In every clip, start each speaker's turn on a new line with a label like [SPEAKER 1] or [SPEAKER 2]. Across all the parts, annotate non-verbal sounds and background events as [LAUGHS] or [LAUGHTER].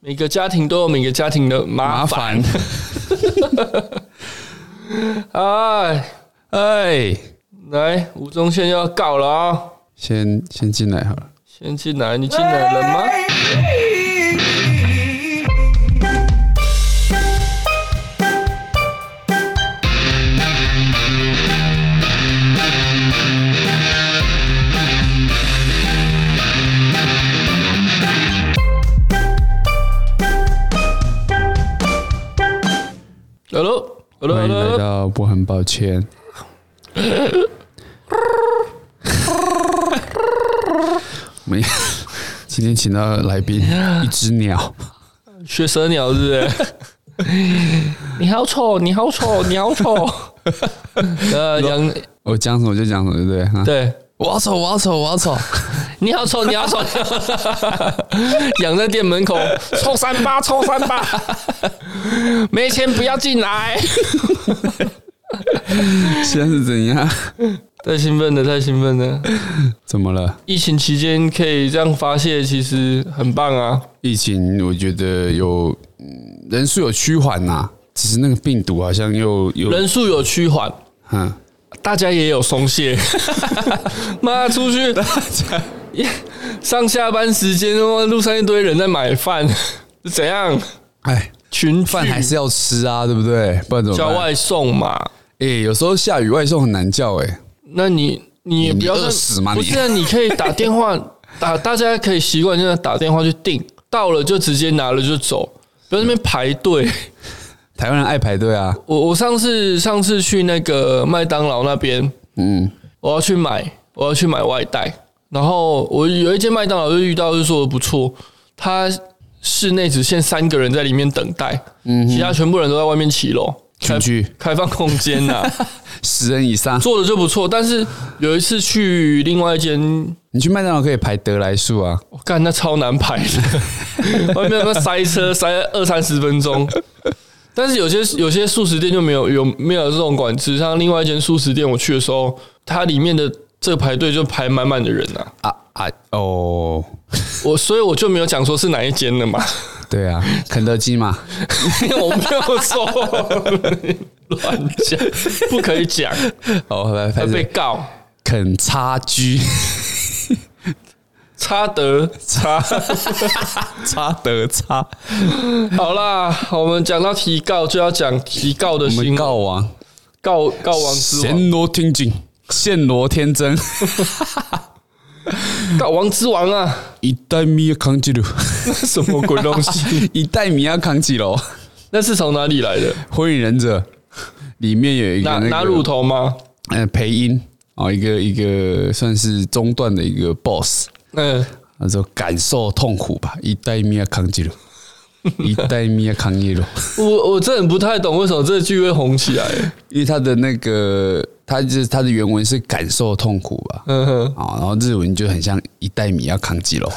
[SPEAKER 1] 每个家庭都有每个家庭的麻
[SPEAKER 2] 麻
[SPEAKER 1] 烦。
[SPEAKER 2] 烦。
[SPEAKER 1] [LAUGHS] 哎，
[SPEAKER 2] 哎，
[SPEAKER 1] 来，吴宗宪要告了啊、
[SPEAKER 2] 先先进来好了。
[SPEAKER 1] 先进来，你进来了吗？Hello，Hello，
[SPEAKER 2] 欢迎
[SPEAKER 1] hello，
[SPEAKER 2] 来
[SPEAKER 1] hello
[SPEAKER 2] 到，我很抱歉。 [LAUGHS] 我们今天请到的来宾一只鸟，
[SPEAKER 1] 学蛇鸟是不是？ [LAUGHS] 你好丑，你好丑，你好丑。 [LAUGHS] 呃，杨
[SPEAKER 2] 我讲什么就讲什么，对不对？啊，
[SPEAKER 1] 对，
[SPEAKER 2] 我要丑，我要丑，我要丑。
[SPEAKER 1] 你好丑，你好丑， [LAUGHS] 你好丑养在店门口，臭三八，臭三八， [LAUGHS] 没钱不要进来。
[SPEAKER 2] 现在是怎样？
[SPEAKER 1] 太兴奋了，太兴奋了！
[SPEAKER 2] 怎么了？
[SPEAKER 1] 疫情期间可以这样发泄，其实很棒啊。
[SPEAKER 2] 疫情我觉得有嗯人数有趋缓呐、只是那个病毒好像又有
[SPEAKER 1] 人数有趋缓，
[SPEAKER 2] [LAUGHS] 嗯，
[SPEAKER 1] 大家也有松懈。
[SPEAKER 2] [LAUGHS]
[SPEAKER 1] 妈，出去上下班时间，哇路上一堆人在买饭，是怎样？
[SPEAKER 2] 哎，
[SPEAKER 1] 群聚
[SPEAKER 2] 饭还是要吃啊，对不对？不然怎么
[SPEAKER 1] 叫
[SPEAKER 2] 办？
[SPEAKER 1] 外送嘛？
[SPEAKER 2] 哎、有时候下雨外送很难叫哎、
[SPEAKER 1] 那你你也
[SPEAKER 2] 你
[SPEAKER 1] 不要
[SPEAKER 2] 饿
[SPEAKER 1] 再
[SPEAKER 2] 死吗
[SPEAKER 1] 不
[SPEAKER 2] 你
[SPEAKER 1] 是啊，你可以打电
[SPEAKER 2] [LAUGHS]
[SPEAKER 1] 话打，大家可以习惯现在打电话去订，到了就直接拿了就走，不要在那边排队。
[SPEAKER 2] 台湾人爱排队啊，
[SPEAKER 1] 我我上次上次去那个麦当劳那边，
[SPEAKER 2] 嗯，
[SPEAKER 1] 我要去买，我要去买外带。然后我有一间麦当劳就遇到，就说不错，它室内只限三个人在里面等待，其他全部人都在外面骑楼，
[SPEAKER 2] 嗯群聚
[SPEAKER 1] 开放空间呐、 [LAUGHS]
[SPEAKER 2] 十人以上。
[SPEAKER 1] 做的就不错。但是有一次去另外一间，
[SPEAKER 2] 你去麦当劳可以排德莱树啊，
[SPEAKER 1] 我、哦干那超难排的， [LAUGHS] 外面那塞车塞二三十分钟。但是有些有些素食店就没有有没有这种管制，像另外一间素食店我去的时候，它里面的这个排队就排满满的人啊。
[SPEAKER 2] 啊啊哦，
[SPEAKER 1] 我所以我就没有讲说是哪一间的嘛，
[SPEAKER 2] 对啊，肯德基嘛，
[SPEAKER 1] 因为我没有说乱讲，不可以讲，
[SPEAKER 2] [LAUGHS] 哦，来
[SPEAKER 1] 会
[SPEAKER 2] 排
[SPEAKER 1] 被
[SPEAKER 2] 队，
[SPEAKER 1] 告。
[SPEAKER 2] 肯差居，
[SPEAKER 1] 差德差，
[SPEAKER 2] 差德差，
[SPEAKER 1] 好啦，我们讲到提告就要讲提告的
[SPEAKER 2] 我
[SPEAKER 1] 新
[SPEAKER 2] 们
[SPEAKER 1] 闻
[SPEAKER 2] 告王，
[SPEAKER 1] 告告王之王，
[SPEAKER 2] 贤罗天君，现罗天真，
[SPEAKER 1] 告王之王啊，
[SPEAKER 2] 一代米亚康 [LAUGHS] 吉鲁，
[SPEAKER 1] 什么鬼东西？
[SPEAKER 2] [LAUGHS] 一代米亚啊康吉罗，
[SPEAKER 1] 那是从哪里来的？
[SPEAKER 2] 火影忍者里面有一个
[SPEAKER 1] 拿
[SPEAKER 2] 那个
[SPEAKER 1] 拿乳头吗？
[SPEAKER 2] 呃配音哦，一个一个算是中段的一个 boss，
[SPEAKER 1] 嗯，
[SPEAKER 2] 他说感受痛苦吧，一代米亚康吉鲁， [LAUGHS] 一代米亚康吉鲁，
[SPEAKER 1] 我我真的不太懂为什么这剧会红起来。欸
[SPEAKER 2] 因为他的那个他就是他的原文是感受痛苦吧，
[SPEAKER 1] 嗯哼，
[SPEAKER 2] 啊、然后日文就很像一代米亚康吉鲁，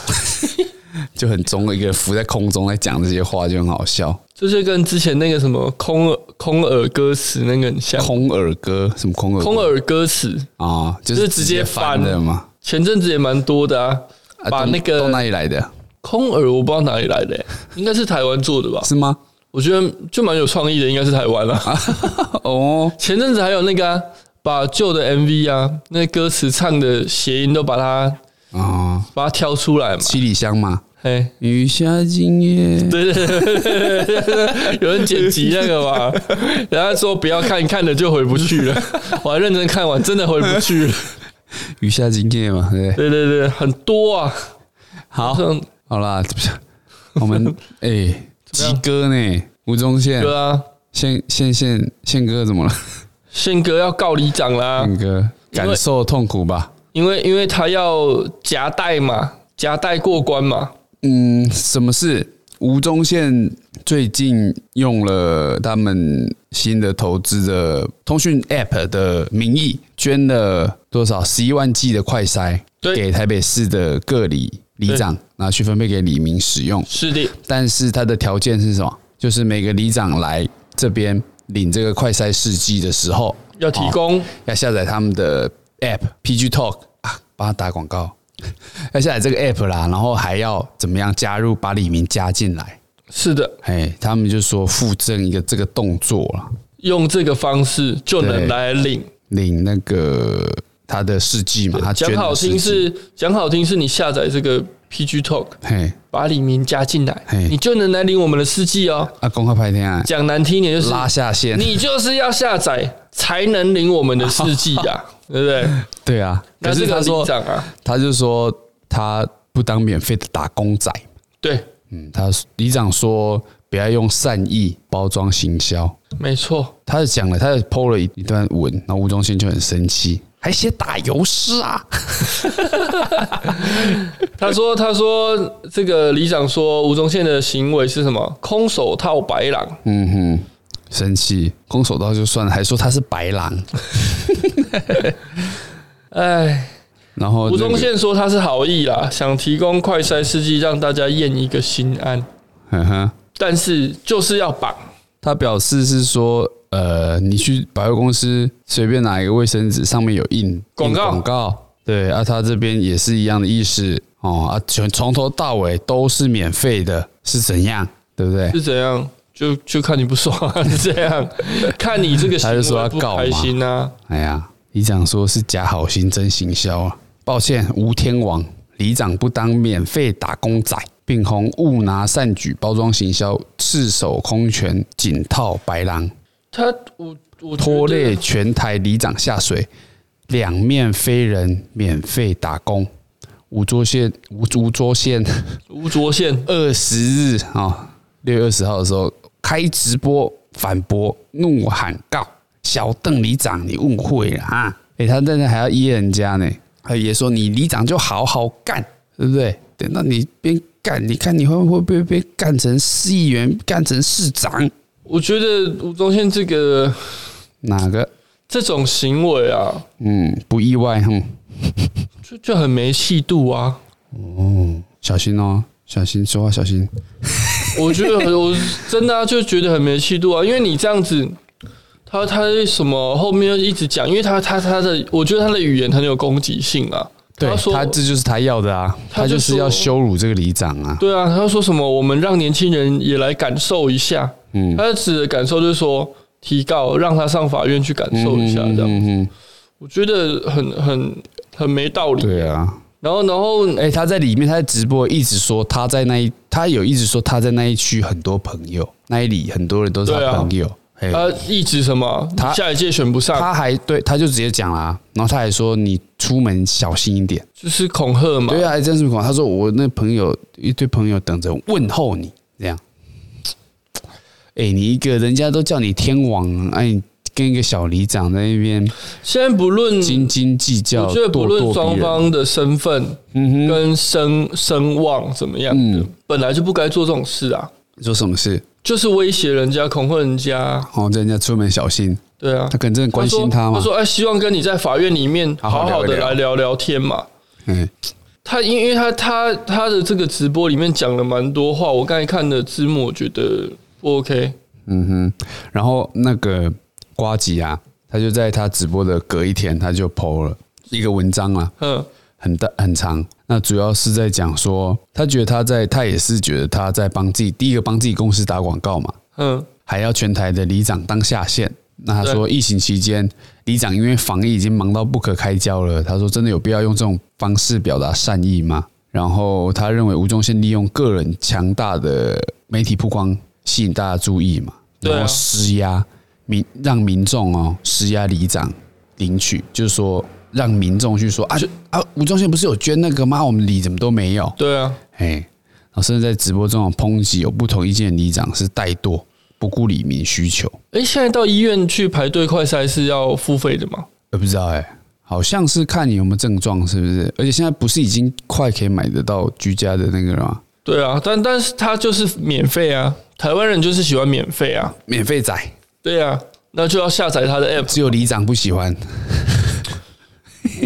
[SPEAKER 2] [LAUGHS] 就很中的一个浮在空中在讲这些话，就很好笑。
[SPEAKER 1] 就是跟之前那个什么空耳空耳歌词那个很像，
[SPEAKER 2] 空耳歌什么空耳歌
[SPEAKER 1] 空耳歌词
[SPEAKER 2] 啊、就
[SPEAKER 1] 就是是直接翻
[SPEAKER 2] 的嘛。
[SPEAKER 1] 前阵子也蛮多的啊，
[SPEAKER 2] 啊
[SPEAKER 1] 把
[SPEAKER 2] 都
[SPEAKER 1] 那
[SPEAKER 2] 都
[SPEAKER 1] 个
[SPEAKER 2] 哪里来的？
[SPEAKER 1] 空耳我不知道哪里来的欸、应该是台湾做的吧？
[SPEAKER 2] 是吗？
[SPEAKER 1] 我觉得就蛮有创意的，应该是台湾啦。
[SPEAKER 2] 啊哦，
[SPEAKER 1] 前阵子还有那个啊、把旧的 MV 啊，那歌词唱的谐音都把它
[SPEAKER 2] 啊、哦，
[SPEAKER 1] 把它挑出来嘛，
[SPEAKER 2] 七里香嘛，
[SPEAKER 1] 哎，
[SPEAKER 2] 雨下今夜。
[SPEAKER 1] 对对对对对， [LAUGHS] 有人剪辑那个嘛，然后说不要看，看了就回不去了。 [LAUGHS] 我还认真看完，真的回不去了。
[SPEAKER 2] 雨下今夜嘛，对不
[SPEAKER 1] 对
[SPEAKER 2] 对？
[SPEAKER 1] 对对，很多啊，
[SPEAKER 2] 好
[SPEAKER 1] 这，种
[SPEAKER 2] 好啦，对不起我
[SPEAKER 1] [LAUGHS]
[SPEAKER 2] 们哎、
[SPEAKER 1] 么
[SPEAKER 2] 鸡
[SPEAKER 1] 样
[SPEAKER 2] 哥呢？吴宗宪，
[SPEAKER 1] 歌啊，
[SPEAKER 2] 宪宪宪宪哥怎么了？
[SPEAKER 1] 宪哥要告里长啦
[SPEAKER 2] 宪，哥
[SPEAKER 1] 啊因为
[SPEAKER 2] 感受痛苦吧？
[SPEAKER 1] 因为因为他要夹带嘛，夹带过关嘛，
[SPEAKER 2] 嗯，什么事？吴宗宪最近用了他们新的投资的通讯 App 的名义，捐了多少十一万剂的快筛
[SPEAKER 1] 对
[SPEAKER 2] 给台北市的各里里长，拿去分配给李明使用。
[SPEAKER 1] 是的，
[SPEAKER 2] 但是它的条件是什么？就是每个里长来这边领这个快筛试剂的时候，哦
[SPEAKER 1] 要提供
[SPEAKER 2] 要下载他们的 App PG Talk 啊，帮他打广 [LAUGHS] 告，要下载这个 App 啦，然后还要怎么样加入把李明加进来，
[SPEAKER 1] 是的，
[SPEAKER 2] 哎，他们就说附赠一个这个动作了，
[SPEAKER 1] 用这个方式就能
[SPEAKER 2] 对
[SPEAKER 1] 来领。
[SPEAKER 2] 领那个他的事迹嘛，他捐
[SPEAKER 1] 讲
[SPEAKER 2] 的
[SPEAKER 1] 好听
[SPEAKER 2] 事迹，
[SPEAKER 1] 是讲好听是你下载这个 PG Talk，
[SPEAKER 2] 嘿，
[SPEAKER 1] 把李明加进来
[SPEAKER 2] 嘿，
[SPEAKER 1] 你就能来领我们的事迹哦。
[SPEAKER 2] 啊，公开拍天啊，
[SPEAKER 1] 讲难听一点就是
[SPEAKER 2] 拉下线，
[SPEAKER 1] 你就是要下载才能领我们的事迹呀， [LAUGHS] 对不对？
[SPEAKER 2] 对啊，
[SPEAKER 1] 那
[SPEAKER 2] 可
[SPEAKER 1] 这
[SPEAKER 2] 是
[SPEAKER 1] 个
[SPEAKER 2] 他
[SPEAKER 1] 里
[SPEAKER 2] 说，
[SPEAKER 1] 长啊，
[SPEAKER 2] 他就说他不当免费的打工仔，
[SPEAKER 1] 对，
[SPEAKER 2] 嗯，他里长说不要用善意包装行销，
[SPEAKER 1] 没错，
[SPEAKER 2] 他就讲了，他就 PO 了一一段文，然后吴宗宪就很生气，还写打油诗啊，
[SPEAKER 1] 他说：“他说这个里长说吴宗宪的行为是什么？空手套白狼。
[SPEAKER 2] 嗯哼，生气，空手道就算了，还说他是白狼，
[SPEAKER 1] 哎，
[SPEAKER 2] 然后
[SPEAKER 1] 吴
[SPEAKER 2] 那个
[SPEAKER 1] 宗，宪说他是好意啦，想提供快筛试剂让大家验一个心安，
[SPEAKER 2] 嗯哼，
[SPEAKER 1] 但是就是要绑。
[SPEAKER 2] 他表示是说，呃，你去百货公司随便拿一个卫生纸，上面有印
[SPEAKER 1] 广告
[SPEAKER 2] 印广告，对啊，他这边也是一样的意思哦啊，全从头到尾都是免费的，是怎样，对不对？
[SPEAKER 1] 是怎样？就就看你不爽、
[SPEAKER 2] [LAUGHS]
[SPEAKER 1] 啊，是这样，看你这个行
[SPEAKER 2] 他就说
[SPEAKER 1] 为
[SPEAKER 2] 要
[SPEAKER 1] 不
[SPEAKER 2] 告嘛
[SPEAKER 1] 开心啊。
[SPEAKER 2] 哎呀，里长说是假好心真行销啊，抱歉，吴天王，里长不当免费打工仔。并红误拿善举包装行销，赤手空拳紧套白狼，
[SPEAKER 1] 他我我觉得
[SPEAKER 2] 拖累全台里长下水，两面飞人免费打工。吴卓宪，吴吴卓宪
[SPEAKER 1] 吴卓宪，
[SPEAKER 2] 二十日啊，六、月二十号的时候开直播反驳，怒喊告小邓里长，你误会了啊！诶、他真的还要噎人家呢，他也说你里长就好好干，对不对？等到你边干，你看你会会不会被干成市议员，干成市长？
[SPEAKER 1] 我觉得吴宗宪这个
[SPEAKER 2] 哪个？
[SPEAKER 1] 这种行为啊，
[SPEAKER 2] 嗯，不意外，哼、
[SPEAKER 1] 就就很没气度啊。
[SPEAKER 2] 小心哦，小心说话，小心。
[SPEAKER 1] 我觉得 [LAUGHS] 很，我真的、啊、就觉得很没气度啊，因为你这样子，他他为什么后面又一直讲？因为他他他的，我觉得他的语言很有攻击性啊。
[SPEAKER 2] 对
[SPEAKER 1] 他说
[SPEAKER 2] 他，这就是他要的啊，
[SPEAKER 1] 他
[SPEAKER 2] 他
[SPEAKER 1] 就
[SPEAKER 2] 就是要
[SPEAKER 1] 说
[SPEAKER 2] 羞辱这个里长啊。
[SPEAKER 1] 对啊，他说什么？我们让年轻人也来感受一下。嗯，他指的感受就是说，提告让他上法院去感受一下，这样、
[SPEAKER 2] 嗯嗯，
[SPEAKER 1] 我觉得很很很没道理。
[SPEAKER 2] 对啊。
[SPEAKER 1] 然后然后
[SPEAKER 2] 哎、他在里面，他在直播一直说他在那一，他有一直说他在那一区很多朋友，那一里很多人都是
[SPEAKER 1] 对
[SPEAKER 2] 他
[SPEAKER 1] 啊
[SPEAKER 2] 朋友。哎、
[SPEAKER 1] 他一直什么，
[SPEAKER 2] 他
[SPEAKER 1] 下一届选不上，
[SPEAKER 2] 他还对，他就直接讲啦、然后他还说你出门小心一点。
[SPEAKER 1] 就是恐吓嘛。
[SPEAKER 2] 对啊，还真是狂。他说我那朋友一堆朋友等着问候你，这样。哎、你一个人家都叫你天王，哎、你跟一个小里长在那边
[SPEAKER 1] 现在不论
[SPEAKER 2] 斤斤计较，
[SPEAKER 1] 嗯我觉得不论
[SPEAKER 2] 咄咄
[SPEAKER 1] 双
[SPEAKER 2] 逼人，
[SPEAKER 1] 方的身份
[SPEAKER 2] 嗯
[SPEAKER 1] 跟声声望怎么样的，本来就不该做这种事啊，
[SPEAKER 2] 你说什么事？
[SPEAKER 1] 就是威胁人家、恐吓人家，
[SPEAKER 2] 哦，人家出门小心，
[SPEAKER 1] 对啊
[SPEAKER 2] 他。可能真的关
[SPEAKER 1] 他
[SPEAKER 2] 心他
[SPEAKER 1] 说
[SPEAKER 2] 嘛
[SPEAKER 1] 他。说：“哎，希望跟你在法院里面
[SPEAKER 2] 好好
[SPEAKER 1] 好
[SPEAKER 2] 聊
[SPEAKER 1] 好
[SPEAKER 2] 一
[SPEAKER 1] 的
[SPEAKER 2] 聊
[SPEAKER 1] 来聊聊天嘛。
[SPEAKER 2] 嗯，”
[SPEAKER 1] 他因为他他他的这个直播里面讲了蛮多话，我刚才看的字幕，我觉得不 OK。
[SPEAKER 2] 嗯然后那个瓜吉啊，他就在他直播的隔一天，他就 PO 了一个文章啊，
[SPEAKER 1] 嗯，
[SPEAKER 2] 很大很长。那主要是在讲说，他觉得他在，他也是觉得他在帮自己，第一个帮自己公司打广告嘛，
[SPEAKER 1] 嗯，
[SPEAKER 2] 还要全台的里长当下线。那他说，疫情期间，里长因为防疫已经忙到不可开交了。他说，真的有必要用这种方式表达善意吗？然后他认为吴宗宪利用个人强大的媒体曝光吸引大家注意嘛，
[SPEAKER 1] 对啊
[SPEAKER 2] 然后施压民让民众哦施压里长领取，就是说让民众去说啊就啊，吴宗宪不是有捐那个吗？我们里怎么都没有？
[SPEAKER 1] 对啊，
[SPEAKER 2] 哎，然后甚至在直播中有啊抨击有不同意见的里长是怠惰，不顾里民需求。
[SPEAKER 1] 哎，现在到医院去排队快筛是要付费的吗？
[SPEAKER 2] 呃，不知道哎、好像是看你有没有症状，是不是？而且现在不是已经快可以买得到居家的那个了吗？
[SPEAKER 1] 对啊，但但是他就是免费啊，台湾人就是喜欢免费啊。
[SPEAKER 2] 免费仔，
[SPEAKER 1] 对呀、啊，那就要下载他的
[SPEAKER 2] [LAUGHS]
[SPEAKER 1] app，
[SPEAKER 2] 只有里长不喜欢。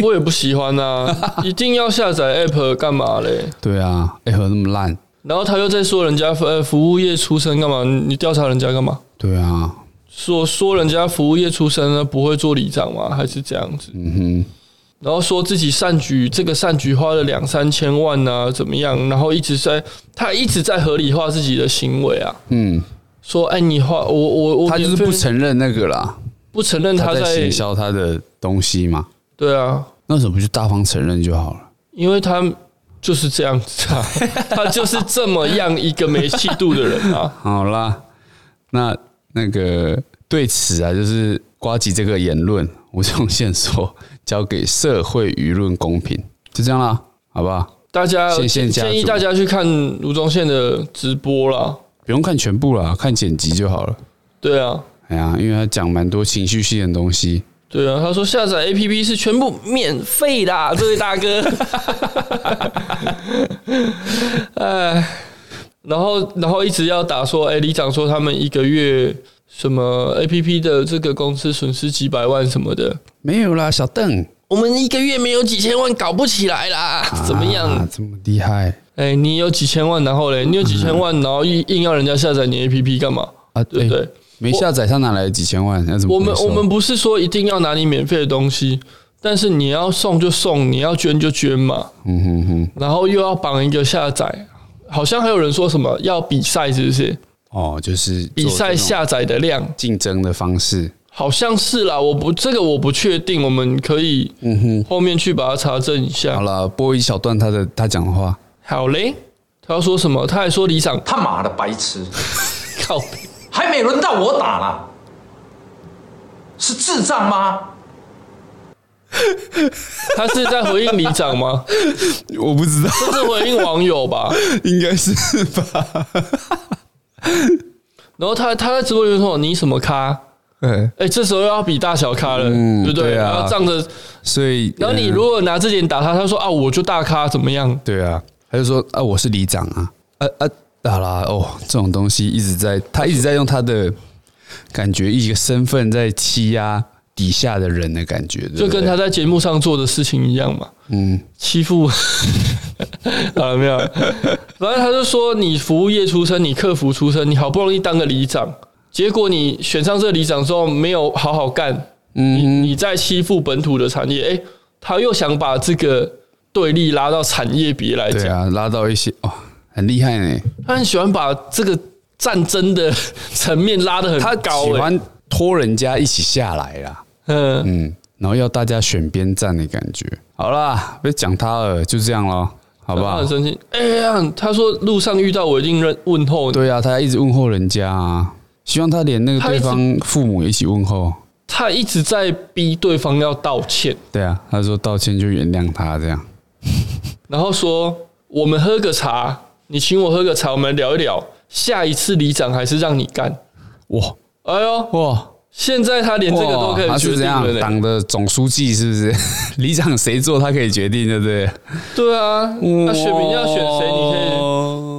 [SPEAKER 1] 我也不喜欢
[SPEAKER 2] [LAUGHS]
[SPEAKER 1] 啊，一定要下载 app 干嘛嘞？
[SPEAKER 2] 对啊，哎、何那么烂？
[SPEAKER 1] 然后他又在说人家呃服务业出身干嘛？你你调查人家干嘛？
[SPEAKER 2] 对啊，
[SPEAKER 1] 说说人家服务业出身呢不会做里长吗？还是这样子？
[SPEAKER 2] 嗯哼，
[SPEAKER 1] 然后说自己善举这个善举花了两三千万啊，怎么样？然后一直在他一直在合理化自己的行为啊，
[SPEAKER 2] 嗯，
[SPEAKER 1] 说哎你花我我我
[SPEAKER 2] 他就是
[SPEAKER 1] 免
[SPEAKER 2] 不
[SPEAKER 1] 费
[SPEAKER 2] 承认那个啦，
[SPEAKER 1] 不承认
[SPEAKER 2] 他
[SPEAKER 1] 他
[SPEAKER 2] 在
[SPEAKER 1] 在
[SPEAKER 2] 行销他的东西嘛，
[SPEAKER 1] 对啊，
[SPEAKER 2] 那怎么不就大方承认就好了？
[SPEAKER 1] 因为他就是这样子
[SPEAKER 2] [LAUGHS]
[SPEAKER 1] 啊，他就是这么样一个没气度的人啊。
[SPEAKER 2] 好啦，那那个对此啊，就是瓜吉这个言论，无从线索交给社会舆论公平，就这样啦，好不好？
[SPEAKER 1] 大家
[SPEAKER 2] 谢谢家族
[SPEAKER 1] 建议大家去看吴宗宪的直播啦，
[SPEAKER 2] 不用看全部啦，看剪辑就好了。
[SPEAKER 1] 对啊。
[SPEAKER 2] 哎呀，因为他讲蛮多情绪性的东西，
[SPEAKER 1] 对啊，他说下载 APP 是全部免费的啊，这位大哥。 [LAUGHS] 哎，然后然后一直要打说，哎，里长说他们一个月什么 APP 的这个公司损失几百万什么的，
[SPEAKER 2] 没有啦，小邓
[SPEAKER 1] 我们一个月没有几千万搞不起来啦，怎么
[SPEAKER 2] 啊
[SPEAKER 1] 样？
[SPEAKER 2] 这么厉害
[SPEAKER 1] 哎，你有几千万，然后嘞，
[SPEAKER 2] 嗯
[SPEAKER 1] 你有几千万，然后硬硬要人家下载你 APP 干嘛？
[SPEAKER 2] 啊？
[SPEAKER 1] 对不
[SPEAKER 2] 哎
[SPEAKER 1] 对？
[SPEAKER 2] 没下载他哪来的几千万？那怎么
[SPEAKER 1] 我们
[SPEAKER 2] 回收
[SPEAKER 1] 我们不是说一定要拿你免费的东西，但是你要送就送，你要捐就捐嘛，
[SPEAKER 2] 嗯哼哼
[SPEAKER 1] 然后又要绑一个下载，好像还有人说什么要比赛，是不是？
[SPEAKER 2] 哦，就是
[SPEAKER 1] 比赛
[SPEAKER 2] 做这种
[SPEAKER 1] 下载的量，
[SPEAKER 2] 竞争的方式。
[SPEAKER 1] 好像是啦，我不这个我不确定，我们可以后面去把它查证一
[SPEAKER 2] 嗯好
[SPEAKER 1] 下。
[SPEAKER 2] 了，播一小段他的他讲的话。
[SPEAKER 1] 好嘞，他要说什么？他还说里长
[SPEAKER 3] 他妈的白痴，
[SPEAKER 1] 靠北，
[SPEAKER 3] 还没轮到我打啦，是智障吗？
[SPEAKER 1] 他是在回应里长吗？ [LAUGHS]
[SPEAKER 2] 我不知道，
[SPEAKER 1] 这是回应网友吧？
[SPEAKER 2] [LAUGHS] 应该是吧？
[SPEAKER 1] 然后他他在直播间说你什么咖？
[SPEAKER 2] 对，
[SPEAKER 1] 哎、这时候又要比大小咖了，
[SPEAKER 2] 嗯
[SPEAKER 1] 对不对？
[SPEAKER 2] 对啊
[SPEAKER 1] 然后仗着，
[SPEAKER 2] [LAUGHS] 所以
[SPEAKER 1] 然后你
[SPEAKER 2] 嗯
[SPEAKER 1] 如果拿这点打他，他说啊，我就大咖怎么样？
[SPEAKER 2] 对啊，他就说啊，我是里长啊，啊啊，好啦，哦，这种东西一直在，他一直在用他的感觉，一个身份在欺压底下的人的感觉，对
[SPEAKER 1] 就
[SPEAKER 2] 不对
[SPEAKER 1] 跟他在节目上做的事情一样嘛，
[SPEAKER 2] 嗯，
[SPEAKER 1] 欺负。 [LAUGHS] 好了没有？反正他就说你服务业出身，你客服出身，你好不容易当个里长，结果你选上这个里长之后没有好好干，你
[SPEAKER 2] 嗯
[SPEAKER 1] 你在欺负本土的产业，哎、他又想把这个对立拉到产业别来讲
[SPEAKER 2] 对。啊，拉到一些哦，很厉害呢，
[SPEAKER 1] 他很喜欢把这个战争的层面拉得很
[SPEAKER 2] 他
[SPEAKER 1] 高、
[SPEAKER 2] 喜
[SPEAKER 1] 欸
[SPEAKER 2] 欢拖人家一起下来啦，
[SPEAKER 1] 嗯，
[SPEAKER 2] 嗯，然后要大家选边站的感觉。好啦，别讲他了，就这样咯，好不
[SPEAKER 1] 他
[SPEAKER 2] 好
[SPEAKER 1] 很？生气。哎、呀，他说路上遇到我一定认问候你。
[SPEAKER 2] 对啊，他一直问候人家啊，希望他连那个
[SPEAKER 1] 他一
[SPEAKER 2] 对
[SPEAKER 1] 直
[SPEAKER 2] 方父母也一起问候。
[SPEAKER 1] 他一直在逼对方要道歉，
[SPEAKER 2] 对啊，他说道歉就原谅他这样。
[SPEAKER 1] 然后说我们喝个茶，你请我喝个茶，我们聊一聊。下一次里长还是让你干。
[SPEAKER 2] 哇
[SPEAKER 1] 哎呦，
[SPEAKER 2] 哇，
[SPEAKER 1] 现在他连这个都可以
[SPEAKER 2] 他
[SPEAKER 1] 决
[SPEAKER 2] 是
[SPEAKER 1] 定
[SPEAKER 2] 怎
[SPEAKER 1] 了、
[SPEAKER 2] 样？
[SPEAKER 1] 呢。
[SPEAKER 2] 党的总书记是不是？ [LAUGHS] 里长谁做他可以决定，对不对？
[SPEAKER 1] 对啊，那选民要选谁，你可以。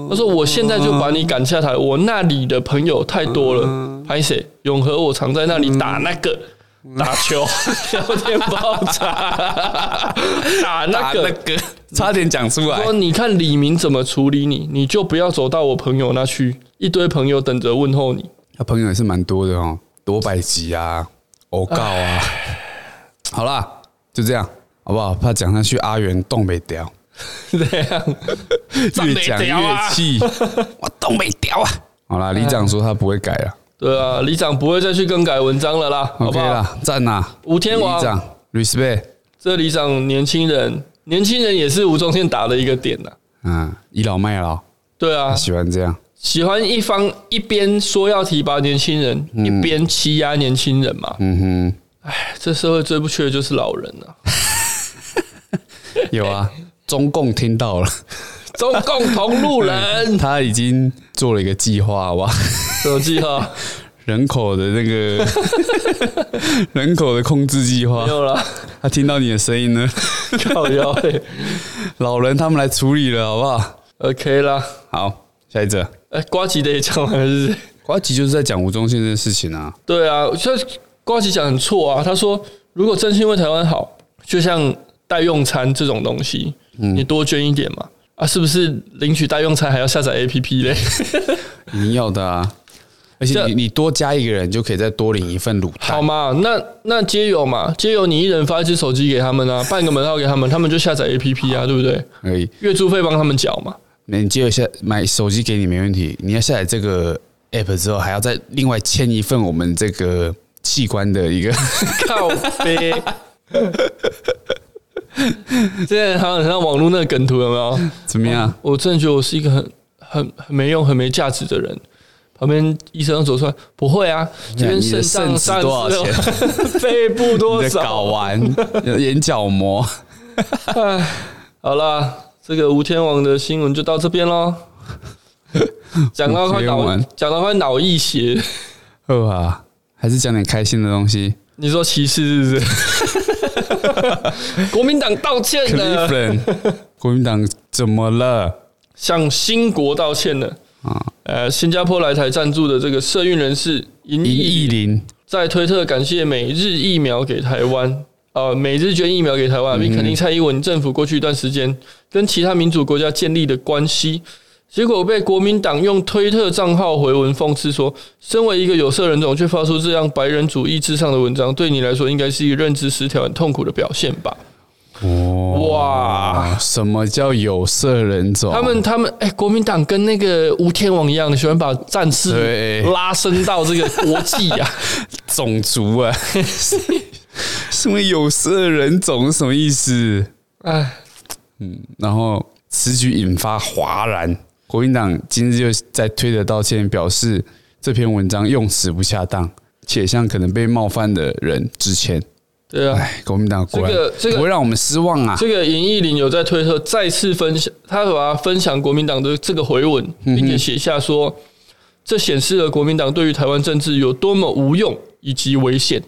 [SPEAKER 2] 以
[SPEAKER 1] 他说：“我现在就把你赶下台，我那里的朋友太多了，拍谁？永和我常在那里打那个打 [LAUGHS] 球、聊天爆 [LAUGHS] 炸，打那个。
[SPEAKER 2] 个，差点讲出来
[SPEAKER 1] 说你看李明怎么处理你，你就不要走到我朋友那去，一堆朋友等着问候你。
[SPEAKER 2] 他朋友也是蛮多的哦，多百集啊，欧告啊。好啦，就这样，好不好？怕讲下去阿元动没掉，
[SPEAKER 1] [LAUGHS] 这样啊
[SPEAKER 2] 越讲越
[SPEAKER 1] [LAUGHS]
[SPEAKER 2] 气，我动没掉啊。好啦，里长说他不会改了
[SPEAKER 1] 对啊，里长不会再去更改文章了啦，好不
[SPEAKER 2] ，OK
[SPEAKER 1] 好？
[SPEAKER 2] 啦，赞啦，
[SPEAKER 1] 吴天
[SPEAKER 2] 里
[SPEAKER 1] 王，
[SPEAKER 2] 长 respect，
[SPEAKER 1] 这里长年轻人，年轻人也是吴宗宪打的一个点呐。
[SPEAKER 2] 嗯，倚老卖老，
[SPEAKER 1] 对啊，
[SPEAKER 2] 喜欢这样。
[SPEAKER 1] 喜欢一方一边说要提拔年轻人，一边欺压年轻人嘛。
[SPEAKER 2] 嗯
[SPEAKER 1] 哎，这社会最不缺的就是老人啊了、
[SPEAKER 2] 哼，有啊，中共听到了，
[SPEAKER 1] 中共同路 [LAUGHS] 人，
[SPEAKER 2] 他已经做了一个计划， [LAUGHS] 哇，
[SPEAKER 1] 什么记 [LAUGHS] 号？
[SPEAKER 2] 人口的那个 [LAUGHS] 人口的控制计划
[SPEAKER 1] 没，有了，
[SPEAKER 2] 他听到你的声音 [LAUGHS] 呢，
[SPEAKER 1] 靠腰、欸。
[SPEAKER 2] 老人他们来处理了，好不好？
[SPEAKER 1] [LAUGHS] OK 啦，
[SPEAKER 2] 好，下一则，
[SPEAKER 1] 哎、瓜吉的也讲完了，是不是？
[SPEAKER 2] 瓜吉就是在讲吴宗宪这件事情啊，
[SPEAKER 1] 对啊，这瓜吉讲很错啊。他说，如果真心为台湾好，就像代用餐这种东西，你多捐一点嘛。啊，是不是领取代用餐还要下载 APP 嘞？
[SPEAKER 2] 一定要的啊，而且
[SPEAKER 1] 这
[SPEAKER 2] 你你多加一个人就可以再多领一份卤
[SPEAKER 1] 好
[SPEAKER 2] 蛋。
[SPEAKER 1] 嘛，那那街友嘛，街友你一人发一只手机给他们啊，办个门号给他们，他们就下载 APP 啊，对不对？
[SPEAKER 2] 可以，
[SPEAKER 1] 月租费帮他们缴嘛。
[SPEAKER 2] 那你接着下买手机给你没问题，你要下载这个 app 之后，还要再另外签一份我们这个器官
[SPEAKER 1] [LAUGHS]
[SPEAKER 2] 的一个
[SPEAKER 1] 靠 [LAUGHS] 背。之前还有很像网络那个梗图有没有？
[SPEAKER 2] 怎么样？
[SPEAKER 1] 我真的觉得我是一个很很很没用、很没价值的人。旁边医生走出来，不会啊，这边
[SPEAKER 2] 你的
[SPEAKER 1] 脏
[SPEAKER 2] 肾值多少钱
[SPEAKER 1] 三十六 [LAUGHS] 肺部
[SPEAKER 2] 你
[SPEAKER 1] 多
[SPEAKER 2] 的睾
[SPEAKER 1] 少？
[SPEAKER 2] 丸、眼角膜，
[SPEAKER 1] 好啦，这个吴天王的新闻就到这边喽。
[SPEAKER 2] [LAUGHS]
[SPEAKER 1] 讲到快
[SPEAKER 2] 吴天
[SPEAKER 1] 脑
[SPEAKER 2] 王，
[SPEAKER 1] 讲到快脑溢血，
[SPEAKER 2] 呵啊，还是讲点开心的东西。
[SPEAKER 1] 你说歧视是不 [LAUGHS] 是？国民党道歉了，
[SPEAKER 2] Cleveland，国民党怎么了？
[SPEAKER 1] 向新国道歉了。
[SPEAKER 2] 啊，
[SPEAKER 1] 呃，新加坡来台赞助的这个社运人士银
[SPEAKER 2] 林
[SPEAKER 1] 毅
[SPEAKER 2] 忆林，
[SPEAKER 1] 在推特感谢每日疫苗给台湾，呃，每日捐疫苗给台湾，并肯定蔡英文政府过去一段时间跟其他民主国家建立的关系。结果被国民党用推特账号回文讽刺说：“身为一个有色人种，却发出这样白人主义至上的文章，对你来说应该是一个认知失调、很痛苦的表现吧？”
[SPEAKER 2] 哦
[SPEAKER 1] 哇！
[SPEAKER 2] 哇，什么叫有色人种？
[SPEAKER 1] 他们他们哎、国民党跟那个吴天王一样，喜欢把战事
[SPEAKER 2] 对
[SPEAKER 1] 拉升到这个国际啊。
[SPEAKER 2] 种族
[SPEAKER 1] [LAUGHS]
[SPEAKER 2] 啊， [LAUGHS] 什么有色人种是什么意思？
[SPEAKER 1] 哎，
[SPEAKER 2] 然后此举引发哗然，国民党今日就在推特道歉，表示这篇文章用词不恰当，且向可能被冒犯的人致歉。
[SPEAKER 1] 对啊，
[SPEAKER 2] 哎，国民党果然
[SPEAKER 1] 这个这个
[SPEAKER 2] 不会让我们失望啊！
[SPEAKER 1] [LAUGHS] 这个尹义林有在推特再次分享，他把它分享国民党的这个回文，
[SPEAKER 2] 嗯
[SPEAKER 1] 并且写下说，这显示了国民党对于台湾政治有多么无用以及危险，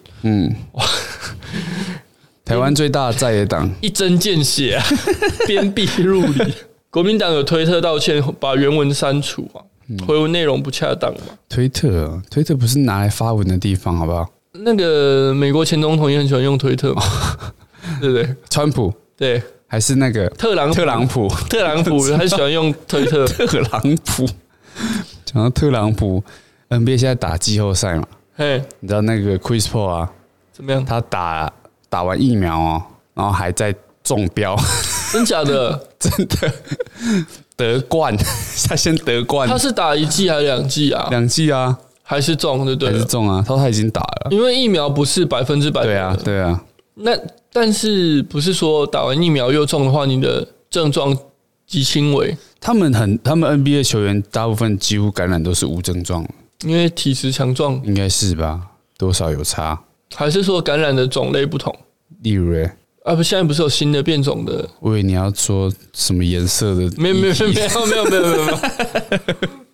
[SPEAKER 2] 台湾最大的在野党，
[SPEAKER 1] 一针见血、
[SPEAKER 2] [LAUGHS]
[SPEAKER 1] 啊，鞭辟入里。国民党有推特道歉，把原文删除嘛，
[SPEAKER 2] 嗯
[SPEAKER 1] 回文内容不恰当嘛。
[SPEAKER 2] 推特啊，推特不是拿来发文的地方，好不好？
[SPEAKER 1] 那个美国前总统也很喜欢用推特
[SPEAKER 2] [LAUGHS]
[SPEAKER 1] 嘛，对不对？
[SPEAKER 2] 川普
[SPEAKER 1] 对，
[SPEAKER 2] 还是那个
[SPEAKER 1] 特朗普
[SPEAKER 2] 特朗普，
[SPEAKER 1] 特朗普他喜欢用推特，
[SPEAKER 2] [LAUGHS] 特朗普。讲到特朗普，NBA 现在打季后赛嘛，
[SPEAKER 1] 哎，
[SPEAKER 2] 你知道那个 Chris Paul 啊，
[SPEAKER 1] 怎么样？
[SPEAKER 2] 他打打完疫苗哦，然后还在中标， [LAUGHS]
[SPEAKER 1] 真假的？
[SPEAKER 2] 真的得冠， [LAUGHS] 他先得冠
[SPEAKER 1] 他是打一剂还是两剂啊？
[SPEAKER 2] 两季啊，
[SPEAKER 1] 还是中就对
[SPEAKER 2] 还是
[SPEAKER 1] 了，
[SPEAKER 2] 中啊？他说他已经打了，
[SPEAKER 1] 因为疫苗不是百分之百的
[SPEAKER 2] 对啊，对啊，
[SPEAKER 1] 那但是不是说打完疫苗又中的话，你的症状极轻微，
[SPEAKER 2] 他们很，他们 NBA 球员大部分几乎感染都是无症状，
[SPEAKER 1] 因为体质强壮，
[SPEAKER 2] 应该是吧？多少有差，
[SPEAKER 1] 还是说感染的种类不同？
[SPEAKER 2] 例如欸。
[SPEAKER 1] 啊不，现在不是有新的变种的？
[SPEAKER 2] 我以为你要说什么颜色的议题？
[SPEAKER 1] 没有没有没有没有没有没有没有没有，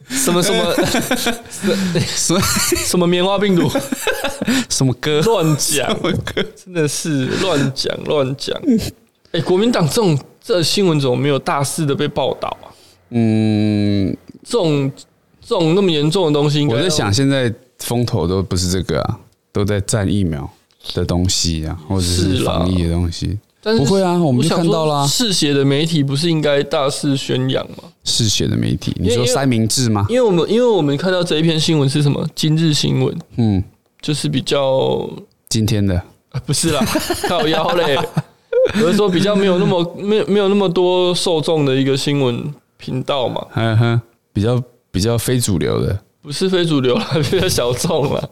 [SPEAKER 1] 什么什么
[SPEAKER 2] [LAUGHS] [LAUGHS] 什么
[SPEAKER 1] 什么棉花病毒，
[SPEAKER 2] 什么歌？
[SPEAKER 1] 乱讲，真的是乱讲乱讲。哎、国民党这种这新闻怎么没有大肆的被报道啊？
[SPEAKER 2] 嗯，
[SPEAKER 1] 这种这种那么严重的东西，应该哦
[SPEAKER 2] 我在
[SPEAKER 1] 要
[SPEAKER 2] 想，现在风头都不是这个啊，都在战疫苗的东西啊，或者
[SPEAKER 1] 是
[SPEAKER 2] 是
[SPEAKER 1] 啦
[SPEAKER 2] 防疫的东西。
[SPEAKER 1] 但是
[SPEAKER 2] 不会啊我们就看到啦
[SPEAKER 1] 我想说嗜血的媒体不是应该大肆宣扬吗？
[SPEAKER 2] 嗜血的媒体，你
[SPEAKER 1] 因为
[SPEAKER 2] 说三明治吗？
[SPEAKER 1] 因为我们因为我们看到这一篇新闻是什么？今日新闻
[SPEAKER 2] 嗯，
[SPEAKER 1] 就是比较、
[SPEAKER 2] 今天的
[SPEAKER 1] 啊不是啦， [LAUGHS] 靠腰嘞。我是说比较没有那么没有没有那么多受众的一个新闻频道嘛，
[SPEAKER 2] 呵呵，比较比较非主流的，
[SPEAKER 1] 不是非主流啦， [LAUGHS] 比较小众啦。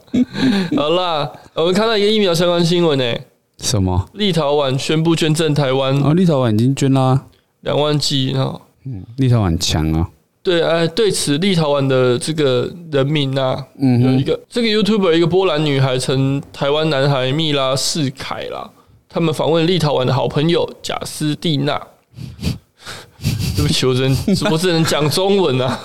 [SPEAKER 1] 好啦，我们看到一个疫苗相关新闻呢、欸
[SPEAKER 2] 什么？
[SPEAKER 1] 立陶宛宣布捐赠台湾
[SPEAKER 2] 哦，立陶宛已经捐啦、
[SPEAKER 1] 两万剂啊。
[SPEAKER 2] 立陶宛很强啊，
[SPEAKER 1] 对，哎，对此，立陶宛的这个人民呐、
[SPEAKER 2] 嗯
[SPEAKER 1] 有
[SPEAKER 2] 哼
[SPEAKER 1] 一个这个 YouTuber，一个波兰女孩曾台湾男孩密拉世凯啦，他们访问立陶宛的好朋友贾斯蒂娜。 [LAUGHS] 对不起，我只能我只能讲中文啊。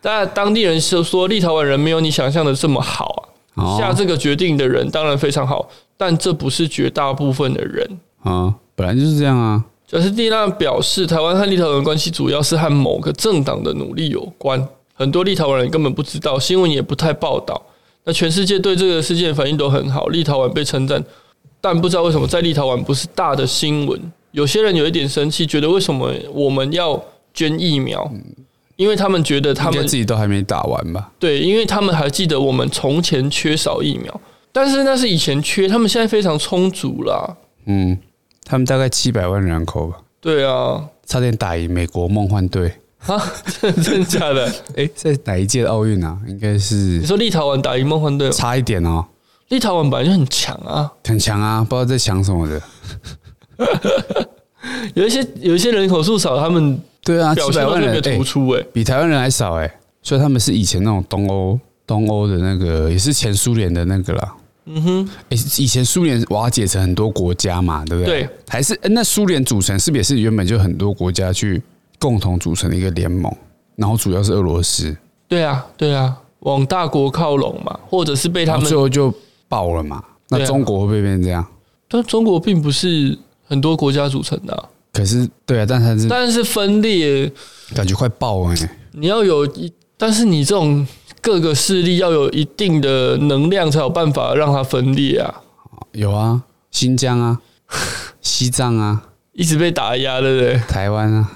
[SPEAKER 1] 但当地人就说，立陶宛人没有你想象的这么好啊。
[SPEAKER 2] 哦
[SPEAKER 1] 下这个决定的人当然非常好，但这不是绝大部分的人。
[SPEAKER 2] 啊，本来就是这样啊，
[SPEAKER 1] 贾斯蒂娜表示，台湾和立陶宛的关系主要是和某个政党的努力有关。很多立陶宛人根本不知道，新闻也不太报道。那全世界对这个事件反应都很好，立陶宛被称赞，但不知道为什么在立陶宛不是大的新闻。有些人有一点生气，觉得为什么我们要捐疫苗？因为他们觉得他
[SPEAKER 2] 应
[SPEAKER 1] 们
[SPEAKER 2] 该自己都还没打完吧？
[SPEAKER 1] 对，因为他们还记得我们从前缺少疫苗，但是那是以前缺，他们现在非常充足啦。
[SPEAKER 2] 嗯，他们大概七百万人口吧，
[SPEAKER 1] 对啊， [LAUGHS]
[SPEAKER 2] 差点打赢美国梦幻队。
[SPEAKER 1] 啊，真的真的假的？
[SPEAKER 2] 哎、在哪一届的奥运啊？应该是
[SPEAKER 1] 你说立陶宛打赢梦幻队吗，
[SPEAKER 2] 差一点哦，
[SPEAKER 1] 立陶宛本来就很强啊，
[SPEAKER 2] 很强啊，不知道在想什么的。
[SPEAKER 1] 有一些有一些人口数少，他们
[SPEAKER 2] 对啊，
[SPEAKER 1] 表
[SPEAKER 2] 七
[SPEAKER 1] 现
[SPEAKER 2] 百
[SPEAKER 1] 都
[SPEAKER 2] 万人
[SPEAKER 1] 特别，
[SPEAKER 2] 哎
[SPEAKER 1] 突出哎、
[SPEAKER 2] 比台湾人还少哎、所以他们是以前那种东欧东欧的那个，也是前苏联的那个啦。
[SPEAKER 1] 嗯哼，
[SPEAKER 2] 哎、以前苏联瓦解成很多国家嘛，对不对？
[SPEAKER 1] 对，
[SPEAKER 2] 还是、哎那苏联组成是不是也是原本就很多国家去共同组成的一个联盟？然后主要是俄罗斯，
[SPEAKER 1] 对啊，对啊，往大国靠拢嘛，或者是被
[SPEAKER 2] 然
[SPEAKER 1] 他
[SPEAKER 2] 后
[SPEAKER 1] 们
[SPEAKER 2] 最后就爆了嘛。那
[SPEAKER 1] 对啊
[SPEAKER 2] 中国会不会变成这样？
[SPEAKER 1] 但中国并不是很多国家组成的啊、
[SPEAKER 2] 可是对啊，但是它是
[SPEAKER 1] 但是分裂，
[SPEAKER 2] 感觉快爆了、欸。
[SPEAKER 1] 你要有一，但是你这种各个势力要有一定的能量，才有办法让它分裂啊。
[SPEAKER 2] 有啊，新疆
[SPEAKER 1] [LAUGHS]
[SPEAKER 2] 啊，西藏啊，
[SPEAKER 1] 一直被打压，对不对？
[SPEAKER 2] 台湾啊，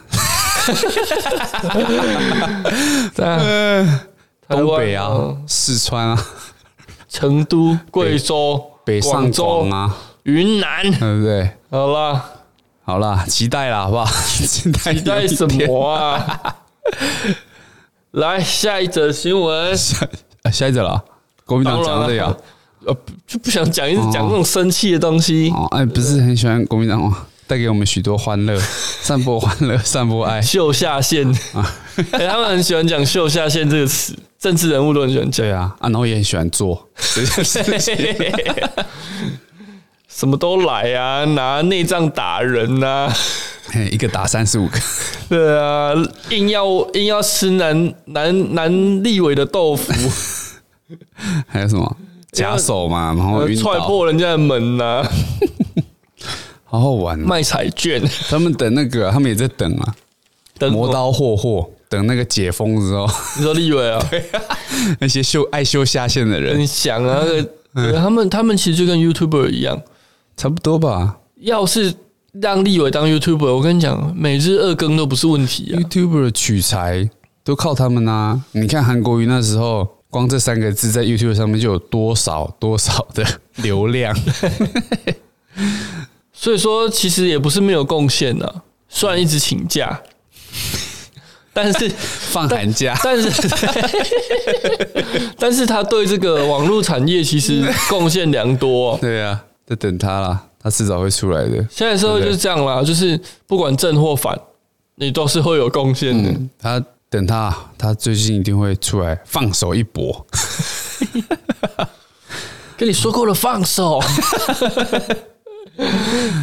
[SPEAKER 1] 对，呃台
[SPEAKER 2] [LAUGHS] 东
[SPEAKER 1] 湾嗯
[SPEAKER 2] 北啊，，四川啊，
[SPEAKER 1] 成都、贵州、
[SPEAKER 2] 北上
[SPEAKER 1] 广
[SPEAKER 2] 广
[SPEAKER 1] 州、
[SPEAKER 2] 啊，
[SPEAKER 1] 云南，
[SPEAKER 2] 对不对？
[SPEAKER 1] 好啦，
[SPEAKER 2] 好啦，期待啦，
[SPEAKER 1] [LAUGHS]
[SPEAKER 2] 好不好？期待期
[SPEAKER 1] 你在什？么啊？来，下一则新闻，
[SPEAKER 2] 下啊 [LAUGHS] 下一则了，国民党讲到这里啊。
[SPEAKER 1] 呃，不就不想讲，一直讲那种生气的东西，
[SPEAKER 2] 哦，哎，不是很喜欢国民党吗？带给我们许多欢
[SPEAKER 1] [LAUGHS]
[SPEAKER 2] 乐，散播欢乐，散播爱。
[SPEAKER 1] 秀下限。
[SPEAKER 2] 哦
[SPEAKER 1] [LAUGHS] 哎，他们很喜欢讲“秀下限”这个词，政治人物都很喜欢
[SPEAKER 2] [LAUGHS]
[SPEAKER 1] 讲。
[SPEAKER 2] 对啊，啊，然后也很喜欢
[SPEAKER 1] [LAUGHS]
[SPEAKER 2] 做，
[SPEAKER 1] 什么都来啊，拿内脏打人呐、啊， [LAUGHS]
[SPEAKER 2] 嘿一个打三十五个，
[SPEAKER 1] 对啊，硬要硬要吃南南南立伟的豆腐，
[SPEAKER 2] 还有什么假手嘛，然后哦晕
[SPEAKER 1] 呃踹
[SPEAKER 2] 倒，
[SPEAKER 1] 破人家的门呐、
[SPEAKER 2] [LAUGHS] 好好玩哦。
[SPEAKER 1] 卖彩券，
[SPEAKER 2] 他们等那个，他们也在等啊，
[SPEAKER 1] 等
[SPEAKER 2] 磨刀霍霍，等那个解封之后， [LAUGHS]
[SPEAKER 1] 你说立伟啊，
[SPEAKER 2] 那些修爱修下线的人嗯
[SPEAKER 1] 你，想啊，那个对他们他们其实就跟 YouTuber 一样，
[SPEAKER 2] 差不多吧。
[SPEAKER 1] 要是让立伟当 YouTuber，我跟你讲，每日二更都不是问题啊。
[SPEAKER 2] YouTuber 的取材都靠他们啊！你看韩国瑜那时候，光这三个字在 YouTube 上面就有多少多少的流
[SPEAKER 1] [LAUGHS]
[SPEAKER 2] 量，
[SPEAKER 1] 所以说，其实也不是没有贡献呐，虽然一直请假，但
[SPEAKER 2] [LAUGHS]
[SPEAKER 1] 是
[SPEAKER 2] 放寒假
[SPEAKER 1] 但是， [LAUGHS] 但是他对这个网络产业其实贡献良多、哦。
[SPEAKER 2] [LAUGHS] 对啊，在等他啦，他迟早会出来的。
[SPEAKER 1] 现在社会就是这样啦，就是不管正或反，你都是会有贡献的。
[SPEAKER 2] 嗯，他等他，他最近一定会出来放手一搏。
[SPEAKER 1] 跟你说过了，放
[SPEAKER 2] [LAUGHS]
[SPEAKER 1] 手。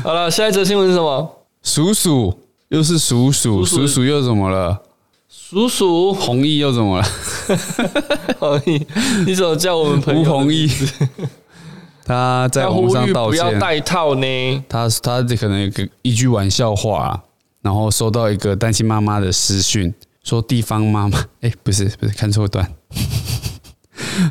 [SPEAKER 1] 好了，下一则新闻是什么？
[SPEAKER 2] 鼠鼠又是鼠鼠，
[SPEAKER 1] 鼠鼠
[SPEAKER 2] 鼠鼠又怎么了？
[SPEAKER 1] 鼠鼠，
[SPEAKER 2] 弘毅又怎么了？
[SPEAKER 1] 好你你怎么叫我们朋
[SPEAKER 2] 吴
[SPEAKER 1] 友？
[SPEAKER 2] 弘毅， [LAUGHS] 他在
[SPEAKER 1] 他
[SPEAKER 2] 网
[SPEAKER 1] 呼
[SPEAKER 2] 络上
[SPEAKER 1] 吁
[SPEAKER 2] 道
[SPEAKER 1] 不要
[SPEAKER 2] 歉，
[SPEAKER 1] 戴套呢。
[SPEAKER 2] 他他可能有个一句玩笑话、啊，然后收到一个单亲妈妈的私讯，说地方妈妈，哎、不是不是，看错段，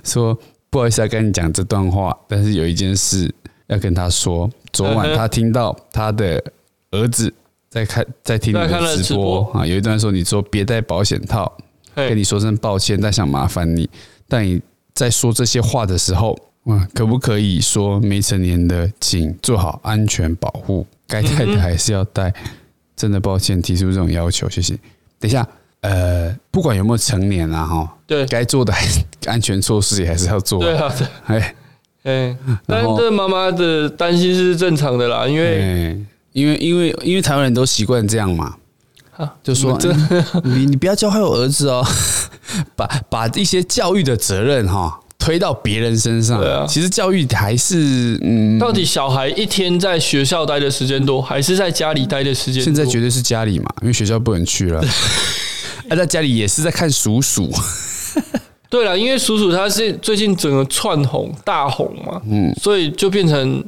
[SPEAKER 2] 说不好意思要跟你讲这段话，但是有一件事要跟他说，昨晚
[SPEAKER 1] 嗯哼
[SPEAKER 2] 他听到他的儿子在看在听你
[SPEAKER 1] 在看了
[SPEAKER 2] 的
[SPEAKER 1] 直
[SPEAKER 2] 直播
[SPEAKER 1] 播
[SPEAKER 2] 啊，有一段说你说别戴保险套，跟
[SPEAKER 1] 嘿
[SPEAKER 2] 你，说声抱歉，但想麻烦你。但你在说这些话的时候，嗯，可不可以说没成年的请做好安全保护，该戴的还是要戴。真的抱歉提出这种要求，谢谢。等一下，呃，不管有没有成年啊，哈，
[SPEAKER 1] 对
[SPEAKER 2] 该做的还是安全措施也还是要做。
[SPEAKER 1] 对啊，对，
[SPEAKER 2] 哎，
[SPEAKER 1] 哎，但
[SPEAKER 2] [LAUGHS] 然后
[SPEAKER 1] 是妈妈的担心是正常的啦，因为
[SPEAKER 2] 哎，因为因为因为台湾人都习惯这样嘛。
[SPEAKER 1] 啊
[SPEAKER 2] 就说嗯你你不要教坏我儿子哦， [LAUGHS] 把把一些教育的责任哈、推到别人身上。
[SPEAKER 1] 对啊
[SPEAKER 2] 其实教育还是嗯，
[SPEAKER 1] 到底小孩一天在学校待的时间多，还是在家里待的时间多？
[SPEAKER 2] 现在绝对是家里嘛，因为学校不能去
[SPEAKER 1] [LAUGHS]
[SPEAKER 2] 了。啊，在家里也是在看鼠鼠，
[SPEAKER 1] 对了，因为鼠鼠它是最近整个窜红大红嘛，嗯，所以就变成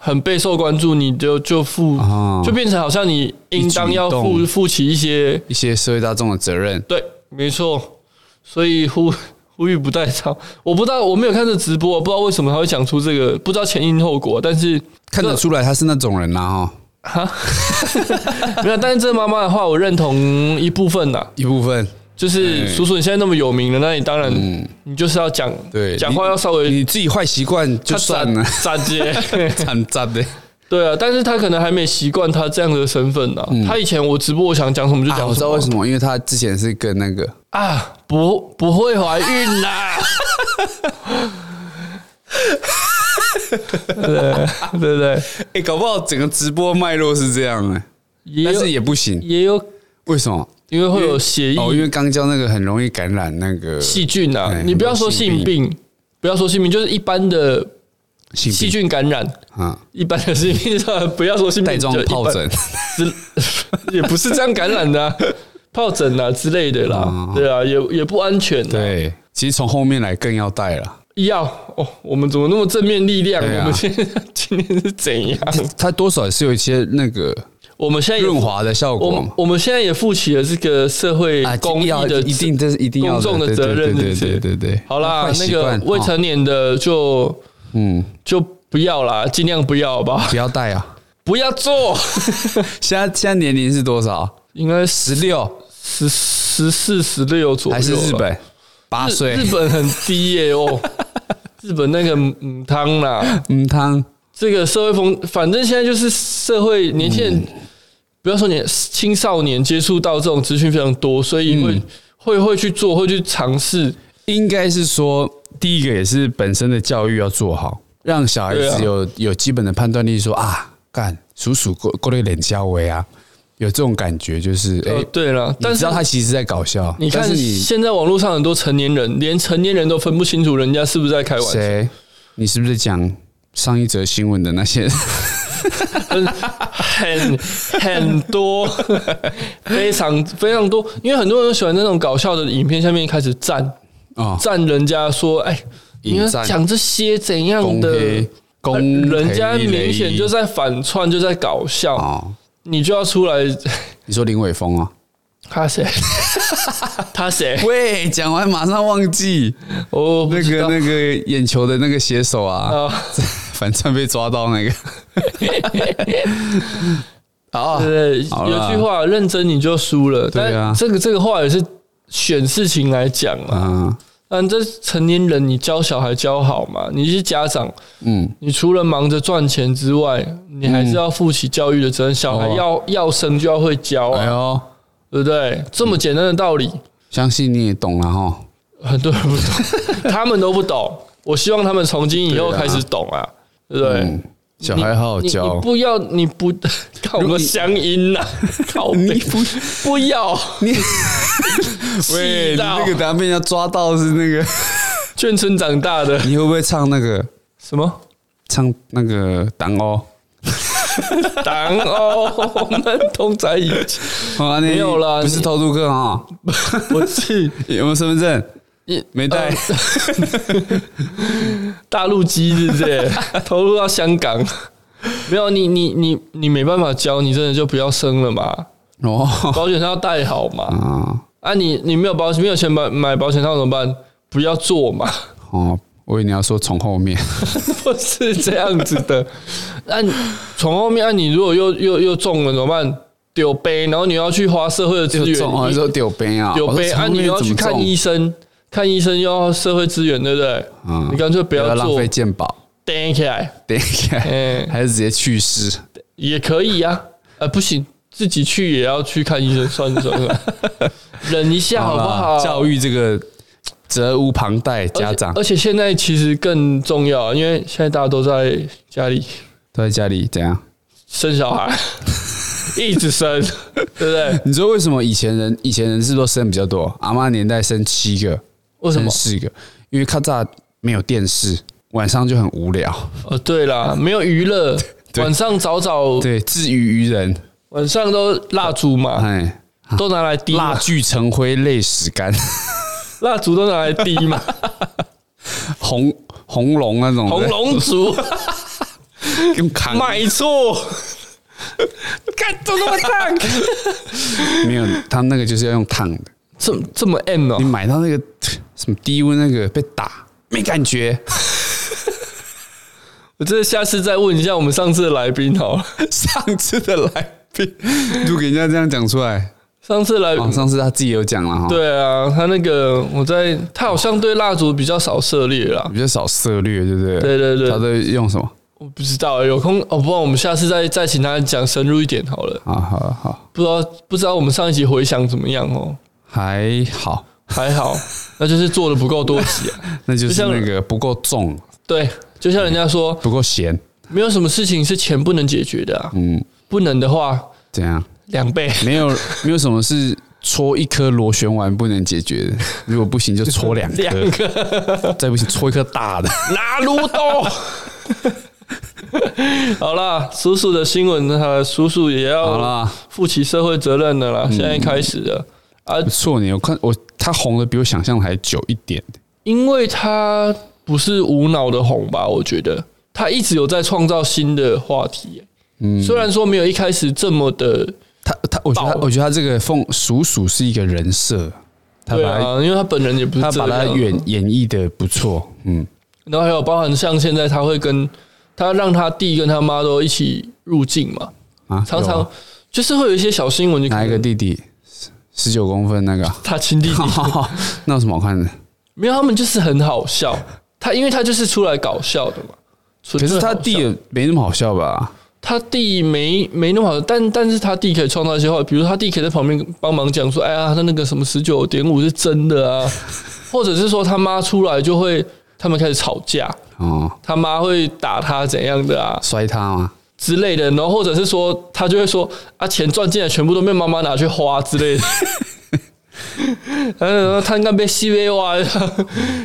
[SPEAKER 1] 很备受关注，你就就负、
[SPEAKER 2] 哦
[SPEAKER 1] 就变成好像你应当要
[SPEAKER 2] 一举一
[SPEAKER 1] 负
[SPEAKER 2] 动
[SPEAKER 1] 负起一些
[SPEAKER 2] 一些社会大众的责任。
[SPEAKER 1] 对，没错，所以呼 [LAUGHS] 呼吁不带套，我不知道我没有看这直播，不知道为什么他会讲出这个，不知道前因后果，但是
[SPEAKER 2] 看得出来他是那种人啦、啊哈，
[SPEAKER 1] 没有，但是这妈妈的话我认同一部分啦，
[SPEAKER 2] 一部分
[SPEAKER 1] 就是叔叔，你现在那么有名了，那你当然你就是要讲，
[SPEAKER 2] 嗯对，
[SPEAKER 1] 讲话要稍微
[SPEAKER 2] 你自己坏习惯就算了， [LAUGHS]
[SPEAKER 1] 咋接？
[SPEAKER 2] 惨
[SPEAKER 1] [LAUGHS]
[SPEAKER 2] 惨的。
[SPEAKER 1] 对啊，但是他可能还没习惯他这样的身份呢、他以前我直播，我想讲什么就
[SPEAKER 2] 嗯啊，
[SPEAKER 1] 讲
[SPEAKER 2] 我知
[SPEAKER 1] 什
[SPEAKER 2] 道
[SPEAKER 1] 么
[SPEAKER 2] 为什么，因为他之前是跟那个
[SPEAKER 1] 啊，不不会怀孕啦。对对对，
[SPEAKER 2] 哎、搞不好整个直播脉络是这样哎、
[SPEAKER 1] 也
[SPEAKER 2] 但
[SPEAKER 1] 有
[SPEAKER 2] 是也不行，
[SPEAKER 1] 也有，
[SPEAKER 2] 为什么？
[SPEAKER 1] 因为会有血
[SPEAKER 2] 哦，因
[SPEAKER 1] 液
[SPEAKER 2] 为刚教那个很容易感染那个
[SPEAKER 1] 细菌啊
[SPEAKER 2] 哎，
[SPEAKER 1] 你不要说性病，不要说性病，就是一般的
[SPEAKER 2] 细
[SPEAKER 1] 细菌感染，
[SPEAKER 2] 啊，
[SPEAKER 1] 一般的性病上 [LAUGHS] 不要说性病，
[SPEAKER 2] 带
[SPEAKER 1] 嗯
[SPEAKER 2] 状
[SPEAKER 1] 就一般
[SPEAKER 2] 疱疹，
[SPEAKER 1] 之 [LAUGHS] 也不是这样感染的、啊， [LAUGHS] 疱疹啊之类的啦，对啊，也也不安全、啊。，
[SPEAKER 2] 哦对，其实从后面来更要带了。
[SPEAKER 1] 医药哦，我们怎么那么正面力量？
[SPEAKER 2] 对啊
[SPEAKER 1] 我们现在 [LAUGHS] 今天是怎样？
[SPEAKER 2] 它多少是有一些那个
[SPEAKER 1] 我们现在也
[SPEAKER 2] 润，滑的效
[SPEAKER 1] 哎我
[SPEAKER 2] 果
[SPEAKER 1] 们
[SPEAKER 2] 嘛，
[SPEAKER 1] 我们现在也负起了这个社会公益
[SPEAKER 2] 要
[SPEAKER 1] 的
[SPEAKER 2] 啊一定这是一定要
[SPEAKER 1] 公众的
[SPEAKER 2] 对
[SPEAKER 1] 责任，
[SPEAKER 2] 对对
[SPEAKER 1] 是不是
[SPEAKER 2] 对对对。
[SPEAKER 1] 好啦
[SPEAKER 2] 坏，
[SPEAKER 1] 那
[SPEAKER 2] 习
[SPEAKER 1] 个
[SPEAKER 2] 惯
[SPEAKER 1] 未
[SPEAKER 2] 哦
[SPEAKER 1] 成年的就
[SPEAKER 2] 嗯，
[SPEAKER 1] 就不要啦，尽量不要吧，
[SPEAKER 2] 不要带啊。
[SPEAKER 1] 不要做。 [LAUGHS]
[SPEAKER 2] 现在现在年龄是多少？
[SPEAKER 1] 应该
[SPEAKER 2] 十六
[SPEAKER 1] 十十四、十六左右，
[SPEAKER 2] 还是日本？八
[SPEAKER 1] 日
[SPEAKER 2] 岁
[SPEAKER 1] 日。本很低耶、
[SPEAKER 2] [LAUGHS]
[SPEAKER 1] 哦，日本那个嗯汤啦，
[SPEAKER 2] 嗯，汤
[SPEAKER 1] 这个社会风，反正现在就是社会年轻人，
[SPEAKER 2] 嗯
[SPEAKER 1] 不要说年青少年接触到这种资讯非常多，所以
[SPEAKER 2] 嗯
[SPEAKER 1] 会、会会去做，会去尝试。
[SPEAKER 2] 应该是说，第一个也是本身的教育要做好，让小孩
[SPEAKER 1] 对啊
[SPEAKER 2] 子有、有基本的判断力说啊，干叔叔过过来脸笑微啊，有这种感觉就是，哎、
[SPEAKER 1] 呃，对了，但
[SPEAKER 2] 你知
[SPEAKER 1] 是
[SPEAKER 2] 道他其实在搞笑，
[SPEAKER 1] 你看
[SPEAKER 2] 但是你
[SPEAKER 1] 现在网络上很多成年人，连成年人都分不清楚人家是不是在开玩笑， [LAUGHS]
[SPEAKER 2] 谁，你是不是讲上一则新闻的那些？ [LAUGHS]
[SPEAKER 1] 很很很多， [LAUGHS] 非常非常多，因为很多人喜欢那种搞笑的影片，下面开始赞。
[SPEAKER 2] 哦，
[SPEAKER 1] 赞人家说，哎，你要
[SPEAKER 2] 引战
[SPEAKER 1] 讲这些怎样
[SPEAKER 2] 公
[SPEAKER 1] 的？
[SPEAKER 2] 黑公黑
[SPEAKER 1] 呃人家明显
[SPEAKER 2] 雷
[SPEAKER 1] 就在反串，就在搞笑，
[SPEAKER 2] 哦，
[SPEAKER 1] 你就要出
[SPEAKER 2] [LAUGHS]
[SPEAKER 1] 来，
[SPEAKER 2] 你说林伟峰啊？
[SPEAKER 1] 他谁？ [LAUGHS] 他谁？
[SPEAKER 2] 喂，讲完马上忘记
[SPEAKER 1] 我不
[SPEAKER 2] 那
[SPEAKER 1] 知
[SPEAKER 2] 个
[SPEAKER 1] 道
[SPEAKER 2] 那个眼球的那个写手啊，
[SPEAKER 1] 啊，
[SPEAKER 2] [LAUGHS] 反正被抓到那个。
[SPEAKER 1] [LAUGHS]
[SPEAKER 2] 好，
[SPEAKER 1] 对，
[SPEAKER 2] 好
[SPEAKER 1] 有
[SPEAKER 2] 啦
[SPEAKER 1] 句话，认真你就输了。
[SPEAKER 2] 对
[SPEAKER 1] 但
[SPEAKER 2] 啊
[SPEAKER 1] 这个这个话也是选事情来讲嘛。
[SPEAKER 2] 嗯
[SPEAKER 1] 但这成年人，你教小孩教好嘛？你是家长，
[SPEAKER 2] 嗯，
[SPEAKER 1] 你除了忙着赚钱之外，你还是要负起教育的责任。小孩
[SPEAKER 2] 哦
[SPEAKER 1] 要要生就要会教啊
[SPEAKER 2] 哎。呦，
[SPEAKER 1] 对不对？这么简单的道理，
[SPEAKER 2] 相信你也懂了哈。
[SPEAKER 1] 很多人不懂，他们都不懂。我希望他们从今以后
[SPEAKER 2] 对啊
[SPEAKER 1] 开始懂啊，对不对
[SPEAKER 2] 嗯？，小孩好好
[SPEAKER 1] 你你
[SPEAKER 2] 教。
[SPEAKER 1] 不要你不靠我
[SPEAKER 2] 如果
[SPEAKER 1] 们
[SPEAKER 2] 你
[SPEAKER 1] 乡音 [LAUGHS] 呐，靠背
[SPEAKER 2] 不，
[SPEAKER 1] 不要
[SPEAKER 2] 你喂，
[SPEAKER 1] 气
[SPEAKER 2] 你
[SPEAKER 1] 到
[SPEAKER 2] 那个等下被人家抓到是
[SPEAKER 1] [LAUGHS]
[SPEAKER 2] 那个，
[SPEAKER 1] 眷村长大的
[SPEAKER 2] 你会不会唱那个
[SPEAKER 1] 什么
[SPEAKER 2] 唱那个党哦？
[SPEAKER 1] 党哦，我们同在一起，
[SPEAKER 2] 啊，
[SPEAKER 1] 没有啦
[SPEAKER 2] 了，不是
[SPEAKER 1] 你
[SPEAKER 2] 偷渡客啊，
[SPEAKER 1] 不是呃
[SPEAKER 2] 有没有身份证？
[SPEAKER 1] 你
[SPEAKER 2] 没带
[SPEAKER 1] 大陆机是不 [LAUGHS] 是？投入到香港，没有你你你你没办法教，你真的就不要生了嘛，
[SPEAKER 2] 哦
[SPEAKER 1] 保险套要带好嘛。
[SPEAKER 2] 啊
[SPEAKER 1] 啊你，你没有保没有钱买买保险套怎么办？不要做嘛， [LAUGHS]
[SPEAKER 2] 哦，我以为你要说从后面，
[SPEAKER 1] 不是这样子的。那你从后面，那、啊你如果又又又中了怎么办？丢杯，然后你又要去花社会的资
[SPEAKER 2] 就
[SPEAKER 1] 源，
[SPEAKER 2] 中啊，
[SPEAKER 1] 你
[SPEAKER 2] 说丢杯啊，
[SPEAKER 1] 丢
[SPEAKER 2] 我说
[SPEAKER 1] 杯
[SPEAKER 2] 从
[SPEAKER 1] 啊，
[SPEAKER 2] 后
[SPEAKER 1] 你
[SPEAKER 2] 面
[SPEAKER 1] 又要
[SPEAKER 2] 怎
[SPEAKER 1] 去
[SPEAKER 2] 么
[SPEAKER 1] 看
[SPEAKER 2] 中
[SPEAKER 1] 医生，看医生又要社会资源，对不对？
[SPEAKER 2] 嗯
[SPEAKER 1] 你干脆不
[SPEAKER 2] 不
[SPEAKER 1] 要
[SPEAKER 2] 要浪
[SPEAKER 1] 做
[SPEAKER 2] 费，鉴宝，
[SPEAKER 1] 颠起来，
[SPEAKER 2] 等一下
[SPEAKER 1] 嗯
[SPEAKER 2] 还是直接去世。
[SPEAKER 1] 也可以呀、啊。呃，不行，自己去也要去看医生，算了算了，
[SPEAKER 2] [LAUGHS]
[SPEAKER 1] 忍一下啊好不好？
[SPEAKER 2] 啦教育这个责无旁贷，
[SPEAKER 1] 而且
[SPEAKER 2] 家长
[SPEAKER 1] 而且现在其实更重要，因为现在大家都在家里
[SPEAKER 2] 都在家里怎样？
[SPEAKER 1] 生小
[SPEAKER 2] [LAUGHS]
[SPEAKER 1] 孩，一直生，对不对？
[SPEAKER 2] 你知道为什么以前人以前人是都生比较多？阿妈年代生七个，
[SPEAKER 1] 为什么
[SPEAKER 2] 生？四个？因为咔嚓没有电视，晚上就很无聊。
[SPEAKER 1] 哦，对啦，没有娱乐，晚上早早
[SPEAKER 2] 对，自娱于人，
[SPEAKER 1] 晚上都蜡烛嘛，
[SPEAKER 2] 哎，
[SPEAKER 1] 都拿来滴嘛
[SPEAKER 2] 蜡炬成灰泪始干， [LAUGHS]
[SPEAKER 1] 蜡烛都拿来滴嘛，
[SPEAKER 2] 红红龙那种的
[SPEAKER 1] 红龙烛
[SPEAKER 2] [LAUGHS] 用扛
[SPEAKER 1] 买错，看怎么那么烫，
[SPEAKER 2] [LAUGHS] 没有，他那个就是要用烫的。
[SPEAKER 1] 这这么 M 哦
[SPEAKER 2] 你，买到那个什么低温那个被打没感觉，
[SPEAKER 1] 我这下次再问一下我
[SPEAKER 2] [LAUGHS]
[SPEAKER 1] 们上次的来宾好了，
[SPEAKER 2] 上次的来宾，如果人家这样讲出来，
[SPEAKER 1] 上次来，
[SPEAKER 2] 哦，上次他自己有讲了哈，，
[SPEAKER 1] 对啊，他那个我在，他好像对蜡烛比较少涉猎啦。
[SPEAKER 2] 比较少涉略，对不对？
[SPEAKER 1] 对对对
[SPEAKER 2] 他在用什么？
[SPEAKER 1] 我不知道、有空哦，不然我们下次再再请他讲深入一点好了。
[SPEAKER 2] 啊，好好，
[SPEAKER 1] 不知道不知道我们上一集回想怎么样哦？
[SPEAKER 2] 还好，
[SPEAKER 1] 还好， [LAUGHS] 那就是做的不够多集啊。
[SPEAKER 2] 那就
[SPEAKER 1] 就是像
[SPEAKER 2] 那个不够重，
[SPEAKER 1] 对，就像人家说，
[SPEAKER 2] 不够咸，
[SPEAKER 1] 没有什么事情是钱不能解决的啊。
[SPEAKER 2] 嗯，
[SPEAKER 1] 不能的话，
[SPEAKER 2] 怎样？
[SPEAKER 1] 两
[SPEAKER 2] [LAUGHS]
[SPEAKER 1] 倍。
[SPEAKER 2] 没有没有什么是搓一颗螺旋丸不能解决的，如果不行就搓两
[SPEAKER 1] [LAUGHS] 两
[SPEAKER 2] 颗，再不行搓一颗
[SPEAKER 1] [LAUGHS]
[SPEAKER 2] 大的。
[SPEAKER 1] 拿撸豆。 [LAUGHS] 好啦，叔叔的新闻，呃，叔叔也
[SPEAKER 2] 好
[SPEAKER 1] 要
[SPEAKER 2] 啦，嗯
[SPEAKER 1] 负起社会责任的啦。现在开始了啊
[SPEAKER 2] 不，错你，我看我他红的比我想象的还久一点，
[SPEAKER 1] 因为他不是无脑的红吧？我觉得他一直有在创造新的话题。嗯，虽然说没有一开始这么的，
[SPEAKER 2] 他他我觉得他
[SPEAKER 1] 爆
[SPEAKER 2] 我觉得他这个凤鼠鼠是一个人设，他
[SPEAKER 1] 对
[SPEAKER 2] 把他
[SPEAKER 1] 啊，因为他本人也不是
[SPEAKER 2] 他把
[SPEAKER 1] 这嗯
[SPEAKER 2] 他
[SPEAKER 1] 样
[SPEAKER 2] 演演绎的不错，嗯，
[SPEAKER 1] 然后还有包含像现在他会跟他让他弟跟他妈都一起入境嘛，
[SPEAKER 2] 啊，
[SPEAKER 1] 常
[SPEAKER 2] 有
[SPEAKER 1] 常
[SPEAKER 2] 啊
[SPEAKER 1] 就是会有一些小新闻，就
[SPEAKER 2] 哪一个弟弟十九公分
[SPEAKER 1] [LAUGHS]
[SPEAKER 2] 那个啊，
[SPEAKER 1] 他亲弟
[SPEAKER 2] [LAUGHS]
[SPEAKER 1] 弟，
[SPEAKER 2] 那有什么好看的？
[SPEAKER 1] 没有，他们就是很好笑。他因为他就是出来搞笑的嘛。可
[SPEAKER 2] 可是他弟也没那么好笑吧？
[SPEAKER 1] 他弟没没那么好，但但是他弟可以创造一些话，比如他弟可以在旁边帮忙讲说：“哎呀，他那个什么十九点五是真的啊。” [LAUGHS] 或者是说他妈出来就会他们开始吵架，
[SPEAKER 2] 哦，
[SPEAKER 1] 他妈会打他怎样的啊
[SPEAKER 2] 摔他吗？
[SPEAKER 1] 之类的，然后或者是说他就会说：“啊，钱赚进来全部都被妈妈拿去花之类的。”然后他应该被 C V 挖，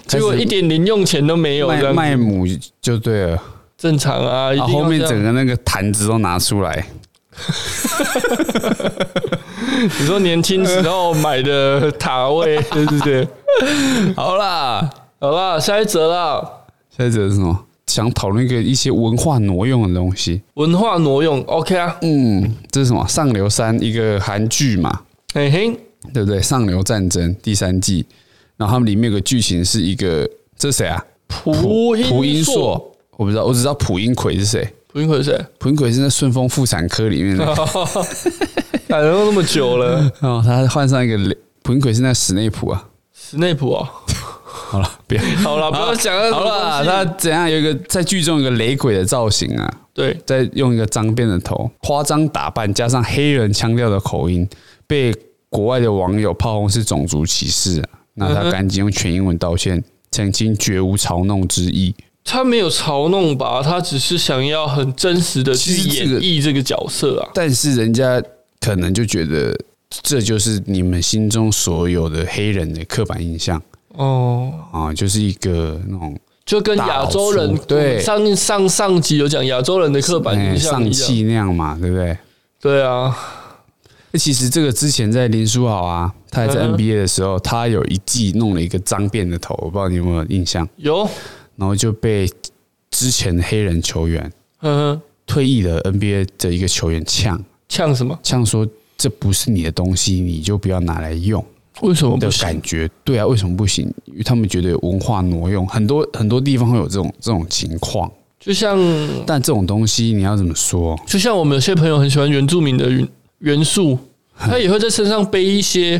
[SPEAKER 1] 结果一点零用钱都没有，这
[SPEAKER 2] 卖
[SPEAKER 1] 样子
[SPEAKER 2] 卖母就对了，
[SPEAKER 1] 正常啊，一
[SPEAKER 2] 啊，
[SPEAKER 1] 定
[SPEAKER 2] 后
[SPEAKER 1] 要
[SPEAKER 2] 面
[SPEAKER 1] 这样
[SPEAKER 2] 整个那个坛子都拿出来，
[SPEAKER 1] 你说年轻时候买的塔位，对不对？
[SPEAKER 2] 好啦，
[SPEAKER 1] 好啦，下一则啦，
[SPEAKER 2] [LAUGHS] 现在这是什么？想讨论一个一些文化挪用的东西。
[SPEAKER 1] 文化挪用，OK 啊，
[SPEAKER 2] 嗯，这是什么？上流山一个韩剧嘛，
[SPEAKER 1] 嘿嘿，
[SPEAKER 2] 对不对？上流战争第三季，然后他们里面有个剧情是一个，这是谁啊？
[SPEAKER 1] 蒲
[SPEAKER 2] 蒲英
[SPEAKER 1] 硕，
[SPEAKER 2] 硕，我不知道，我只知道蒲英奎是谁。
[SPEAKER 1] 蒲英奎是 [LAUGHS] 谁？
[SPEAKER 2] 蒲英奎是在顺丰妇产科里面 [LAUGHS] 的，
[SPEAKER 1] 打人哎那么久 [LAUGHS] 了，
[SPEAKER 2] 然后他换上一个雷蒲英奎是那史内普啊。
[SPEAKER 1] 史内普哦。
[SPEAKER 2] 好了，不要。
[SPEAKER 1] 好啦，不要讲了，
[SPEAKER 2] [LAUGHS] 好了，他怎样有一个在剧中有一个雷鬼的造型啊，
[SPEAKER 1] 对
[SPEAKER 2] 再用一个脏辫的头，夸张打扮，加上黑人腔调的口音，被国外的网友炮轰是种族歧视啊。那他赶紧用全英文道歉，澄清绝无嘲弄之意。
[SPEAKER 1] 他没有嘲弄吧，他只是想要很真实的去
[SPEAKER 2] 其实这
[SPEAKER 1] 演
[SPEAKER 2] 个
[SPEAKER 1] 绎这个角色啊。
[SPEAKER 2] 但是人家可能就觉得这就是你们心中所有的黑人的刻板印象
[SPEAKER 1] 哦，
[SPEAKER 2] 啊，就是一个那种
[SPEAKER 1] 就跟亚洲人
[SPEAKER 2] 大老粗对
[SPEAKER 1] 上上上集有讲亚洲人的刻板
[SPEAKER 2] 哎
[SPEAKER 1] 印象一
[SPEAKER 2] 上
[SPEAKER 1] 样，
[SPEAKER 2] 气那样嘛，对不对？
[SPEAKER 1] 对啊，
[SPEAKER 2] 那其实这个之前在林书豪啊，他还在
[SPEAKER 1] 嗯哼
[SPEAKER 2] NBA 的时候，他有一季弄了一个脏辫的头，我不知道你有没有印象，
[SPEAKER 1] 有，
[SPEAKER 2] 然后就被之前的黑人球员
[SPEAKER 1] 嗯哼，
[SPEAKER 2] 退役的 NBA 的一个球员呛
[SPEAKER 1] 呛什么？
[SPEAKER 2] 呛说这不是你的东西，你就不要拿来用
[SPEAKER 1] 为什么
[SPEAKER 2] 的
[SPEAKER 1] 不行？
[SPEAKER 2] 感觉。对啊，为什么不行？因为他们觉得有文化挪用，很多很多地方会有这种这种情况。
[SPEAKER 1] 就像
[SPEAKER 2] 但这种东西你要怎么说？
[SPEAKER 1] 就像我们有些朋友很喜欢原住民的元元素，
[SPEAKER 2] 嗯
[SPEAKER 1] 他也会在身上背一些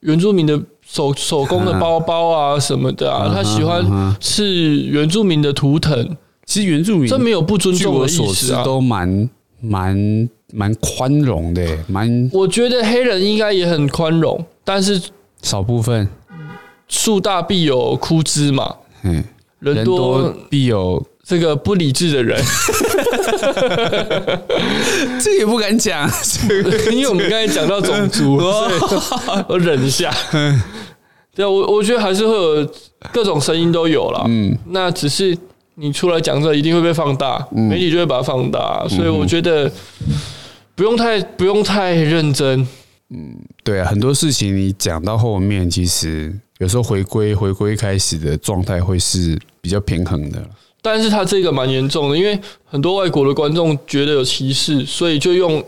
[SPEAKER 1] 原住民的手手工的包包啊什么的
[SPEAKER 2] 嗯
[SPEAKER 1] 啊。他喜欢是原住民的图腾，
[SPEAKER 2] 其实原住民
[SPEAKER 1] 这没有不尊
[SPEAKER 2] 嗯据
[SPEAKER 1] 重
[SPEAKER 2] 我
[SPEAKER 1] 的意
[SPEAKER 2] 所
[SPEAKER 1] 思
[SPEAKER 2] 知
[SPEAKER 1] 啊。
[SPEAKER 2] 都蛮蛮蛮宽容的欸，蛮
[SPEAKER 1] 我觉得黑人应该也很宽容，但是
[SPEAKER 2] 少部分，
[SPEAKER 1] 树大必有枯枝嘛，
[SPEAKER 2] 嗯，
[SPEAKER 1] 人
[SPEAKER 2] 人
[SPEAKER 1] 多
[SPEAKER 2] 多必有，
[SPEAKER 1] 这个不理智的人，
[SPEAKER 2] 这也不敢讲， [LAUGHS] 这个
[SPEAKER 1] 因为我们刚才讲到种族，所以我忍一下。对啊，我我觉得还是会有各种声音都有啦。嗯，那只是你出来讲这一定会被放大，媒体就会把它放大，所以我觉得不用太不用太认真。
[SPEAKER 2] 对啊，很多事情你讲到后面，其实有时候回归回归开始的状态会是比较平衡的，
[SPEAKER 1] 但是他这个蛮严重的，因为很多外国的观众觉得有歧视，所以就用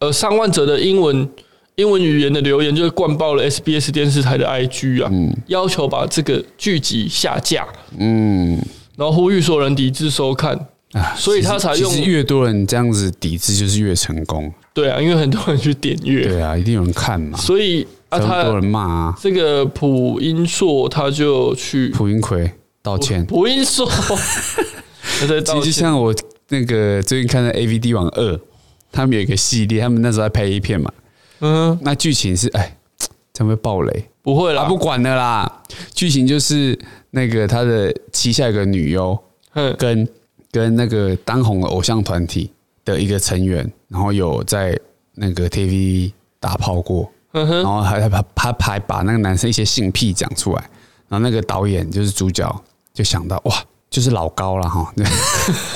[SPEAKER 1] 呃上万则的英文英文语言的留言，就是灌爆了 SBS 电视台的 IG 啊，要求把这个剧集下架，
[SPEAKER 2] 嗯
[SPEAKER 1] 然后呼吁所有人抵制收看。
[SPEAKER 2] 啊，
[SPEAKER 1] 所以他才
[SPEAKER 2] 其实
[SPEAKER 1] 用
[SPEAKER 2] 其实越多人这样子抵制，就是越成功，
[SPEAKER 1] 对啊，因为很多人去点阅，
[SPEAKER 2] 对啊，一定有人看嘛，
[SPEAKER 1] 所以啊，
[SPEAKER 2] 才会
[SPEAKER 1] 他
[SPEAKER 2] 多人骂啊。
[SPEAKER 1] 这个普英硕他就去
[SPEAKER 2] 蒲云奎道歉，
[SPEAKER 1] 普英
[SPEAKER 2] [LAUGHS]
[SPEAKER 1] 硕，他在道
[SPEAKER 2] 其实
[SPEAKER 1] 歉。
[SPEAKER 2] 像我那个最近看的《A V D 网二》，他们有一个系列，他们那时候在拍 A 片嘛，
[SPEAKER 1] 嗯，
[SPEAKER 2] 那剧情是哎，这样会爆雷
[SPEAKER 1] 不会啦，
[SPEAKER 2] 啊，不管了啦，剧情就是那个他的旗下有个女优，
[SPEAKER 1] 嗯，
[SPEAKER 2] 跟跟那个当红的偶像团体的一个成员，然后有在那个 TV 打炮过，
[SPEAKER 1] 嗯哼
[SPEAKER 2] 然后还还他还把那个男生一些性癖讲出来，然后那个导演就是主角就想到哇，就是老高了哈， [LAUGHS]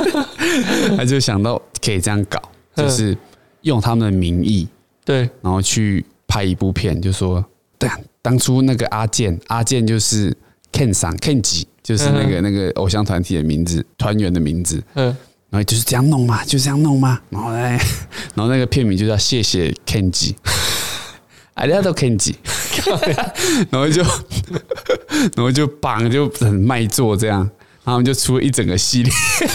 [SPEAKER 2] 他就想到可以这样搞，就是用他们的名义，
[SPEAKER 1] 对，
[SPEAKER 2] 然后去拍一部片，就说对啊，当初那个阿健，阿健就是 Ken 桑 Ken 吉，就是那个那个偶像团体的名字，团员的名字，
[SPEAKER 1] 嗯，
[SPEAKER 2] 然后就是这样弄嘛，就这样弄嘛，然后哎， [LAUGHS] 然后那个片名就叫谢谢 Ken 吉。I love Ken 吉，然后就，然后就绑就很卖座这样，然后他们就出了一整个系列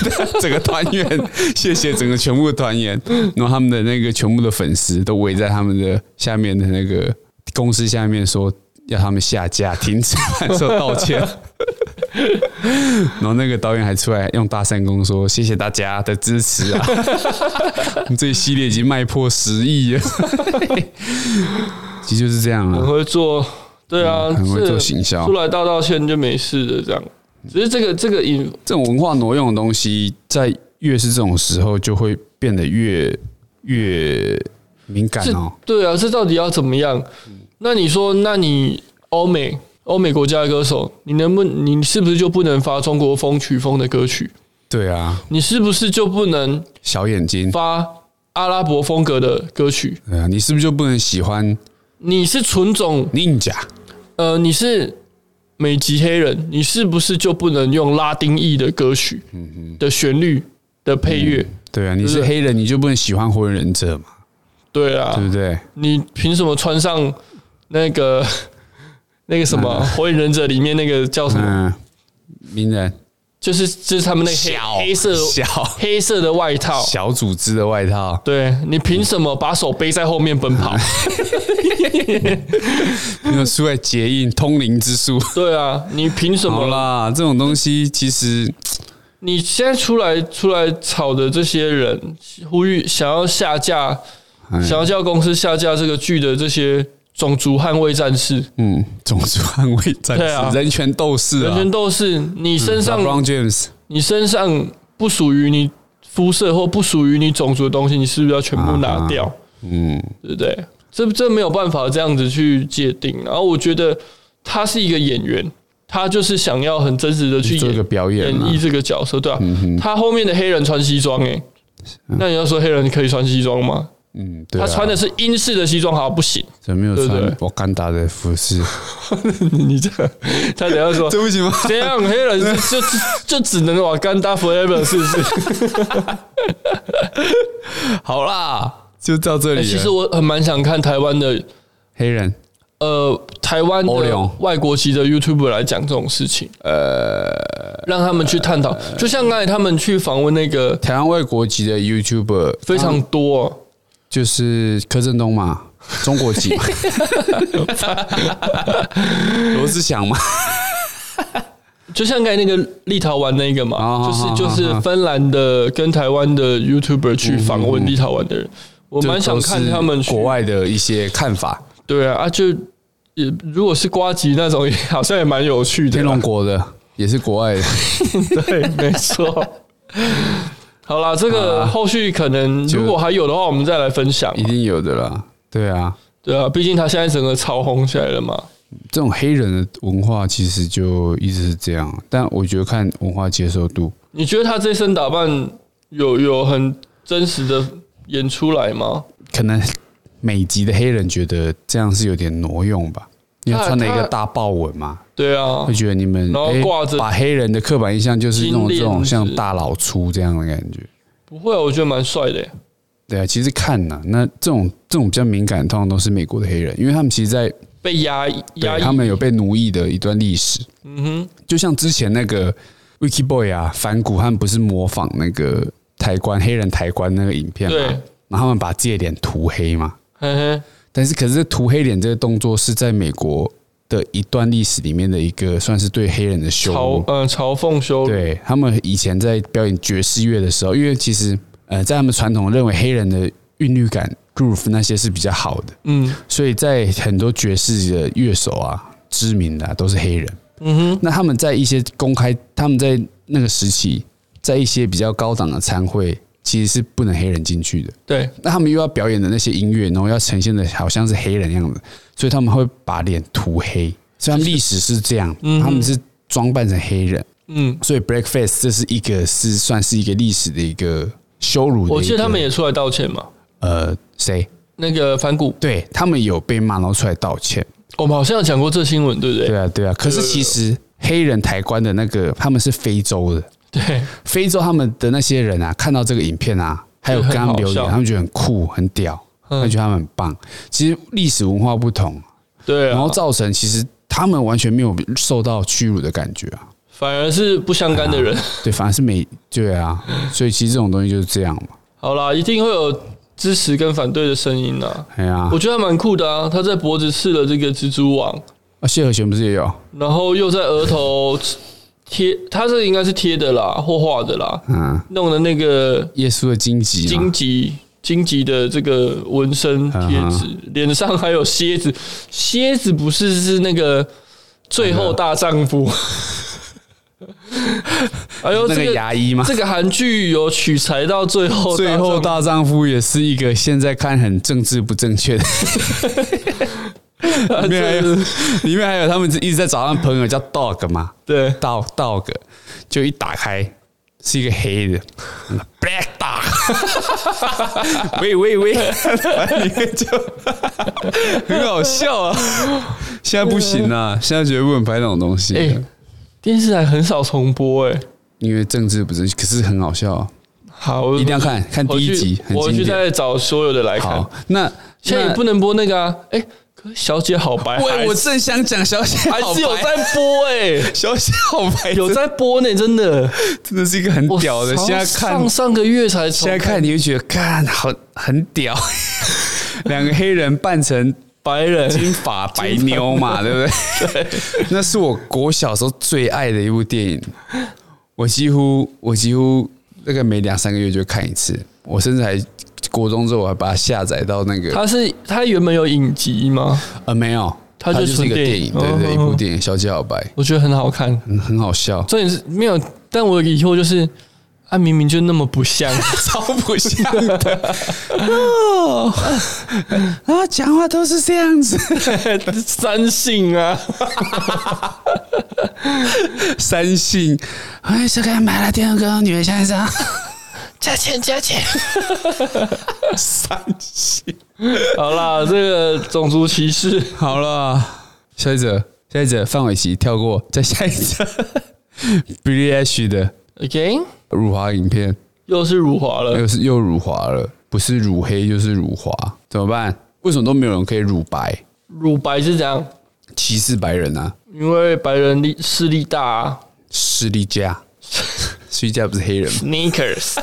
[SPEAKER 2] 的整个团员，谢谢整个全部的团员，然后他们的那个全部的粉丝都围在他们的下面的那个公司下面说要他们下架、停止说道歉，然后那个导演还出来用大三公说谢谢大家的支持啊，我们这一系列已经卖破十亿了， [LAUGHS] 其实就是这样
[SPEAKER 1] 很
[SPEAKER 2] 啊。
[SPEAKER 1] 会做，对啊，
[SPEAKER 2] 嗯很会
[SPEAKER 1] 这
[SPEAKER 2] 做行销
[SPEAKER 1] 出来道道歉就没事的这样。只是这个这个影
[SPEAKER 2] 这种文化挪用的东西，在越是这种时候，就会变得越越敏感
[SPEAKER 1] 这
[SPEAKER 2] 哦。
[SPEAKER 1] 对啊，这到底要怎么样？那你说，那你欧美欧美国家的歌手，你能不你是不是就不能发中国风曲风的歌曲？
[SPEAKER 2] 对啊，
[SPEAKER 1] 你是不是就不能
[SPEAKER 2] 小眼睛，
[SPEAKER 1] 发阿拉伯风格的歌曲？
[SPEAKER 2] 对啊，你是不是就不能喜欢
[SPEAKER 1] 你是纯种，
[SPEAKER 2] Ninja？
[SPEAKER 1] 呃，你是美籍黑人，你是不是就不能用拉丁裔的歌曲
[SPEAKER 2] 嗯
[SPEAKER 1] 的旋律的配乐？
[SPEAKER 2] 对啊，你是黑人，你就不能喜欢火影忍者嘛？
[SPEAKER 1] 对啊，
[SPEAKER 2] 对不对？
[SPEAKER 1] 你凭什么穿上那个 [LAUGHS] 那个什么《火影忍者》里面那个叫什么？
[SPEAKER 2] 嗯，鸣人
[SPEAKER 1] 就是就是他们那
[SPEAKER 2] 小
[SPEAKER 1] 个黑黑色
[SPEAKER 2] 小
[SPEAKER 1] 黑色的外套。
[SPEAKER 2] 小组织的
[SPEAKER 1] [LAUGHS]
[SPEAKER 2] 外套，
[SPEAKER 1] 对你凭什么把手背在后面奔跑？
[SPEAKER 2] 嗯没有出来结印通灵之术。
[SPEAKER 1] [LAUGHS] 对啊，你凭什
[SPEAKER 2] 好
[SPEAKER 1] 么？
[SPEAKER 2] 啦，这种东西其实
[SPEAKER 1] 你现在出来出来吵的这些人，呼吁想要下架，
[SPEAKER 2] 哎
[SPEAKER 1] 想要叫公司下架这个剧的这些种族捍卫战士、
[SPEAKER 2] 嗯，种族捍卫战士、
[SPEAKER 1] 对啊
[SPEAKER 2] 人权斗士
[SPEAKER 1] 人
[SPEAKER 2] 啊嗯
[SPEAKER 1] 权斗士，你身上、
[SPEAKER 2] ，LeBron James，
[SPEAKER 1] 你身上不属于你肤色或不属于你种族的东西，你是不是要全部拿掉？
[SPEAKER 2] 嗯，
[SPEAKER 1] 对不对？这这没有办法这样子去界定。然后我觉得他是一个演员，他就是想要很真实的去
[SPEAKER 2] 做一个
[SPEAKER 1] 演
[SPEAKER 2] 表
[SPEAKER 1] 演
[SPEAKER 2] 演啊嗯
[SPEAKER 1] 绎，这个角色，对吧、他后面的黑人穿西装、欸，那你要说黑人可以穿西装吗？
[SPEAKER 2] 嗯，对、啊，
[SPEAKER 1] 他穿的是英式的西装，好像不
[SPEAKER 2] [LAUGHS]
[SPEAKER 1] 行。 [LAUGHS]
[SPEAKER 2] 怎么没有
[SPEAKER 1] 对
[SPEAKER 2] 穿
[SPEAKER 1] 对
[SPEAKER 2] 瓦干达的服饰？
[SPEAKER 1] 你你这样，他等一下说
[SPEAKER 2] 对不起吗？ [LAUGHS]
[SPEAKER 1] [LAUGHS] 这样黑人是 [LAUGHS] 就就只能瓦干达 forever 是不是？ [LAUGHS]
[SPEAKER 2] 好啦，就到这
[SPEAKER 1] 欸
[SPEAKER 2] 里了。
[SPEAKER 1] 其实我很蛮想看台湾的
[SPEAKER 2] 黑人，
[SPEAKER 1] 呃，台湾
[SPEAKER 2] 欧
[SPEAKER 1] 的
[SPEAKER 2] 流
[SPEAKER 1] 外国籍的 YouTuber 来讲这种事情，呃，让他们去探讨，
[SPEAKER 2] 呃
[SPEAKER 1] 就像刚才他们去访问那个
[SPEAKER 2] 台湾外国籍的 YouTuber
[SPEAKER 1] 非常多、
[SPEAKER 2] 就是柯震东嘛，中国
[SPEAKER 1] [LAUGHS]
[SPEAKER 2] 籍嘛，罗志祥嘛，
[SPEAKER 1] 就像刚才那个立陶宛那个嘛，
[SPEAKER 2] 啊啊啊
[SPEAKER 1] 就是就是芬兰的跟台湾的 YouTuber 去访
[SPEAKER 2] 嗯
[SPEAKER 1] 问立陶宛的人，我蛮想看他们
[SPEAKER 2] 就都
[SPEAKER 1] 去
[SPEAKER 2] 是国，外的一些看法。
[SPEAKER 1] 对啊，啊就也如果是瓜吉那种，也好像也蛮有趣的
[SPEAKER 2] 天
[SPEAKER 1] 啦，
[SPEAKER 2] 龙国的也是国外的，
[SPEAKER 1] [LAUGHS] 对，没错。好啦，这个后续可能
[SPEAKER 2] 啊就
[SPEAKER 1] 如果还有的话，我们再来分享嘛。
[SPEAKER 2] 一定有的啦。对啊，
[SPEAKER 1] 对啊，毕竟他现在整个潮红起来了嘛。
[SPEAKER 2] 这种黑人的文化其实就一直是这样，但我觉得看文化接受度，
[SPEAKER 1] 你觉得他这身打扮有有很真实的演出来吗？
[SPEAKER 2] 可能美籍的黑人觉得这样是有点挪用吧，因为
[SPEAKER 1] 他
[SPEAKER 2] 穿了一个
[SPEAKER 1] 他
[SPEAKER 2] 大豹纹嘛，
[SPEAKER 1] 对啊
[SPEAKER 2] 会，觉得你们
[SPEAKER 1] 然后
[SPEAKER 2] 诶
[SPEAKER 1] 挂着
[SPEAKER 2] 把黑人的刻板印象就是那种
[SPEAKER 1] 金
[SPEAKER 2] 这
[SPEAKER 1] 链子
[SPEAKER 2] 种像大老粗这样的感觉。
[SPEAKER 1] 不会啊，我觉得蛮帅的耶。
[SPEAKER 2] 对啊，其实看呐、那这种这种比较敏感，通常都是美国的黑人，因为他们其实在，
[SPEAKER 1] 被压抑压
[SPEAKER 2] 对
[SPEAKER 1] 抑，
[SPEAKER 2] 他们有被奴役的一段历史。
[SPEAKER 1] 嗯哼，
[SPEAKER 2] 就像之前那个 Wiki Boy 啊，反骨他们不是模仿那个台湾黑人台湾那个影片嘛
[SPEAKER 1] 对，
[SPEAKER 2] 然后他们把自己的脸涂黑嘛。
[SPEAKER 1] 嘿嘿，
[SPEAKER 2] 但是，可是涂黑脸这个动作是在美国的一段历史里面的一个算是对黑人的羞
[SPEAKER 1] 嘲
[SPEAKER 2] 辱。
[SPEAKER 1] 呃嘲讽羞辱，
[SPEAKER 2] 对他们以前在表演爵士乐的时候，因为其实呃，在他们传统认为黑人的韵律感、groove 那些是比较好的，
[SPEAKER 1] 嗯
[SPEAKER 2] 所以在很多爵士的乐手啊，知名的啊、都是黑人。
[SPEAKER 1] 嗯
[SPEAKER 2] 那他们在一些公开，他们在那个时期，在一些比较高档的餐会，其实是不能黑人进去的。
[SPEAKER 1] 哼，对，
[SPEAKER 2] 那他们又要表演的那些音乐，然后要呈现的好像是黑人样子，所以他们会把脸涂黑。所以他们历史是这样，他们是装扮成黑人。
[SPEAKER 1] 嗯，
[SPEAKER 2] 所以 breakfast 这是一个是算是一个历史的一个羞辱的一个。
[SPEAKER 1] 我记得他们也出来道歉嘛，
[SPEAKER 2] 呃谁
[SPEAKER 1] 那个反骨，
[SPEAKER 2] 对他们有被骂，然后出来道歉。
[SPEAKER 1] 我们好像有讲过这新闻，对不呃
[SPEAKER 2] 对
[SPEAKER 1] 对？
[SPEAKER 2] 啊对啊，可是其实黑人抬棺的那个他们是非洲的，
[SPEAKER 1] 对，
[SPEAKER 2] 非洲他们的那些人啊，看到这个影片啊，还有跟他们留
[SPEAKER 1] 就很好
[SPEAKER 2] 言，
[SPEAKER 1] 笑
[SPEAKER 2] 他们觉得很酷很屌，他
[SPEAKER 1] 嗯
[SPEAKER 2] 们觉得他们很棒。其实历史文化不同，
[SPEAKER 1] 对
[SPEAKER 2] 然
[SPEAKER 1] 啊
[SPEAKER 2] 后，造成其实他们完全没有受到屈辱的感觉啊。
[SPEAKER 1] 反而是不相干的人。
[SPEAKER 2] 对，反而是美对啊，所以其实这种东西就是这样嘛。
[SPEAKER 1] 好啦，一定会有支持跟反对的声音呐。
[SPEAKER 2] 哎呀、
[SPEAKER 1] 我觉得还蛮酷的啊，他在脖子刺了这个蜘蛛网，
[SPEAKER 2] 啊，谢和弦不是也有？
[SPEAKER 1] 然后又在额头贴，他这应该是贴的啦，或画的啦，
[SPEAKER 2] 嗯，
[SPEAKER 1] 弄的那个
[SPEAKER 2] 耶稣的荆棘嘛，
[SPEAKER 1] 荆棘荆棘的这个纹身贴
[SPEAKER 2] 啊
[SPEAKER 1] 纸，脸上还有蝎子，蝎子不是是那个最后大丈
[SPEAKER 2] [LAUGHS]
[SPEAKER 1] 夫。哎呦，
[SPEAKER 2] 那
[SPEAKER 1] 这
[SPEAKER 2] 个
[SPEAKER 1] 个
[SPEAKER 2] 牙医嘛。
[SPEAKER 1] [LAUGHS] 这个韩剧有取材到最后
[SPEAKER 2] 最后
[SPEAKER 1] 大丈
[SPEAKER 2] 大丈夫也是一个现在看很政治不
[SPEAKER 1] [LAUGHS]
[SPEAKER 2] 正确的，
[SPEAKER 1] 夫啊
[SPEAKER 2] 里面还有里面还有他们一直在找他们朋友叫 dog 嘛，
[SPEAKER 1] 对
[SPEAKER 2] dog dog 就一打开是一个黑的 black dog，喂 [LAUGHS] 喂喂，反正里面就 [LAUGHS] 很好笑啊。现在不行啊，现在绝对不能拍那种东西，
[SPEAKER 1] 嗯
[SPEAKER 2] 啊
[SPEAKER 1] 哎、电视台很少重播哎、
[SPEAKER 2] 因为政治不正确，可是很好笑啊、
[SPEAKER 1] 好，我
[SPEAKER 2] 一定要看看第一集，很
[SPEAKER 1] 我去我
[SPEAKER 2] 经
[SPEAKER 1] 去
[SPEAKER 2] 典。
[SPEAKER 1] 再找所有的来看
[SPEAKER 2] 好。，那
[SPEAKER 1] 现在也不能播那个啊，哎、可是小姐好白，还
[SPEAKER 2] 喂，我正想讲小姐
[SPEAKER 1] 还
[SPEAKER 2] 好
[SPEAKER 1] 是有
[SPEAKER 2] 白
[SPEAKER 1] 在播哎、
[SPEAKER 2] 小姐好白，
[SPEAKER 1] 有在播呢、真的。
[SPEAKER 2] 真的是一个很
[SPEAKER 1] 我
[SPEAKER 2] 屌的，
[SPEAKER 1] 上
[SPEAKER 2] 现在看
[SPEAKER 1] 上上个月才重
[SPEAKER 2] 现在看你会觉得，看好很 [LAUGHS] 屌，两个黑人扮成
[SPEAKER 1] 白人，
[SPEAKER 2] 金发白妞嘛，对不对？那是我国小时候最爱的一部电影，我几乎我几乎那个每两三个月就看一次，我甚至还国中之后我还把它下载到那个
[SPEAKER 1] 他是他原本有影集吗？
[SPEAKER 2] 呃没有，
[SPEAKER 1] 它
[SPEAKER 2] 它
[SPEAKER 1] 就
[SPEAKER 2] 就是一个
[SPEAKER 1] 纯电
[SPEAKER 2] 电
[SPEAKER 1] 影
[SPEAKER 2] 影，嗯对对，
[SPEAKER 1] 哦
[SPEAKER 2] 一部电影《小姐好白》，
[SPEAKER 1] 我觉得很好看。
[SPEAKER 2] 嗯，很好笑，
[SPEAKER 1] 重点是没有，但我有疑惑就是，他明明就那么不
[SPEAKER 2] [LAUGHS]
[SPEAKER 1] 像， [LAUGHS]
[SPEAKER 2] 超不像 [LAUGHS] 的然后啊讲话都是这样子，
[SPEAKER 1] 三性啊，
[SPEAKER 2] 三性，哎，这个买了第二个女人先生，
[SPEAKER 1] [LAUGHS] 加钱加钱。
[SPEAKER 2] 三性。
[SPEAKER 1] 好啦，这个种族歧视，
[SPEAKER 2] 好了，下一则，下一则，范玮琪跳过，再下一则 [LAUGHS] ，Billy H 的
[SPEAKER 1] again
[SPEAKER 2] 辱华影片，
[SPEAKER 1] 又是辱华了。
[SPEAKER 2] 又是又辱华了，不是辱黑就是辱华，怎么办？为什么都没有人可以辱白，
[SPEAKER 1] 乳白是怎样？
[SPEAKER 2] 歧视白人啊？
[SPEAKER 1] 因为白人力势力大、啊。
[SPEAKER 2] 士力架， [LAUGHS] 士力架不是黑人吗？
[SPEAKER 1] Sneakers，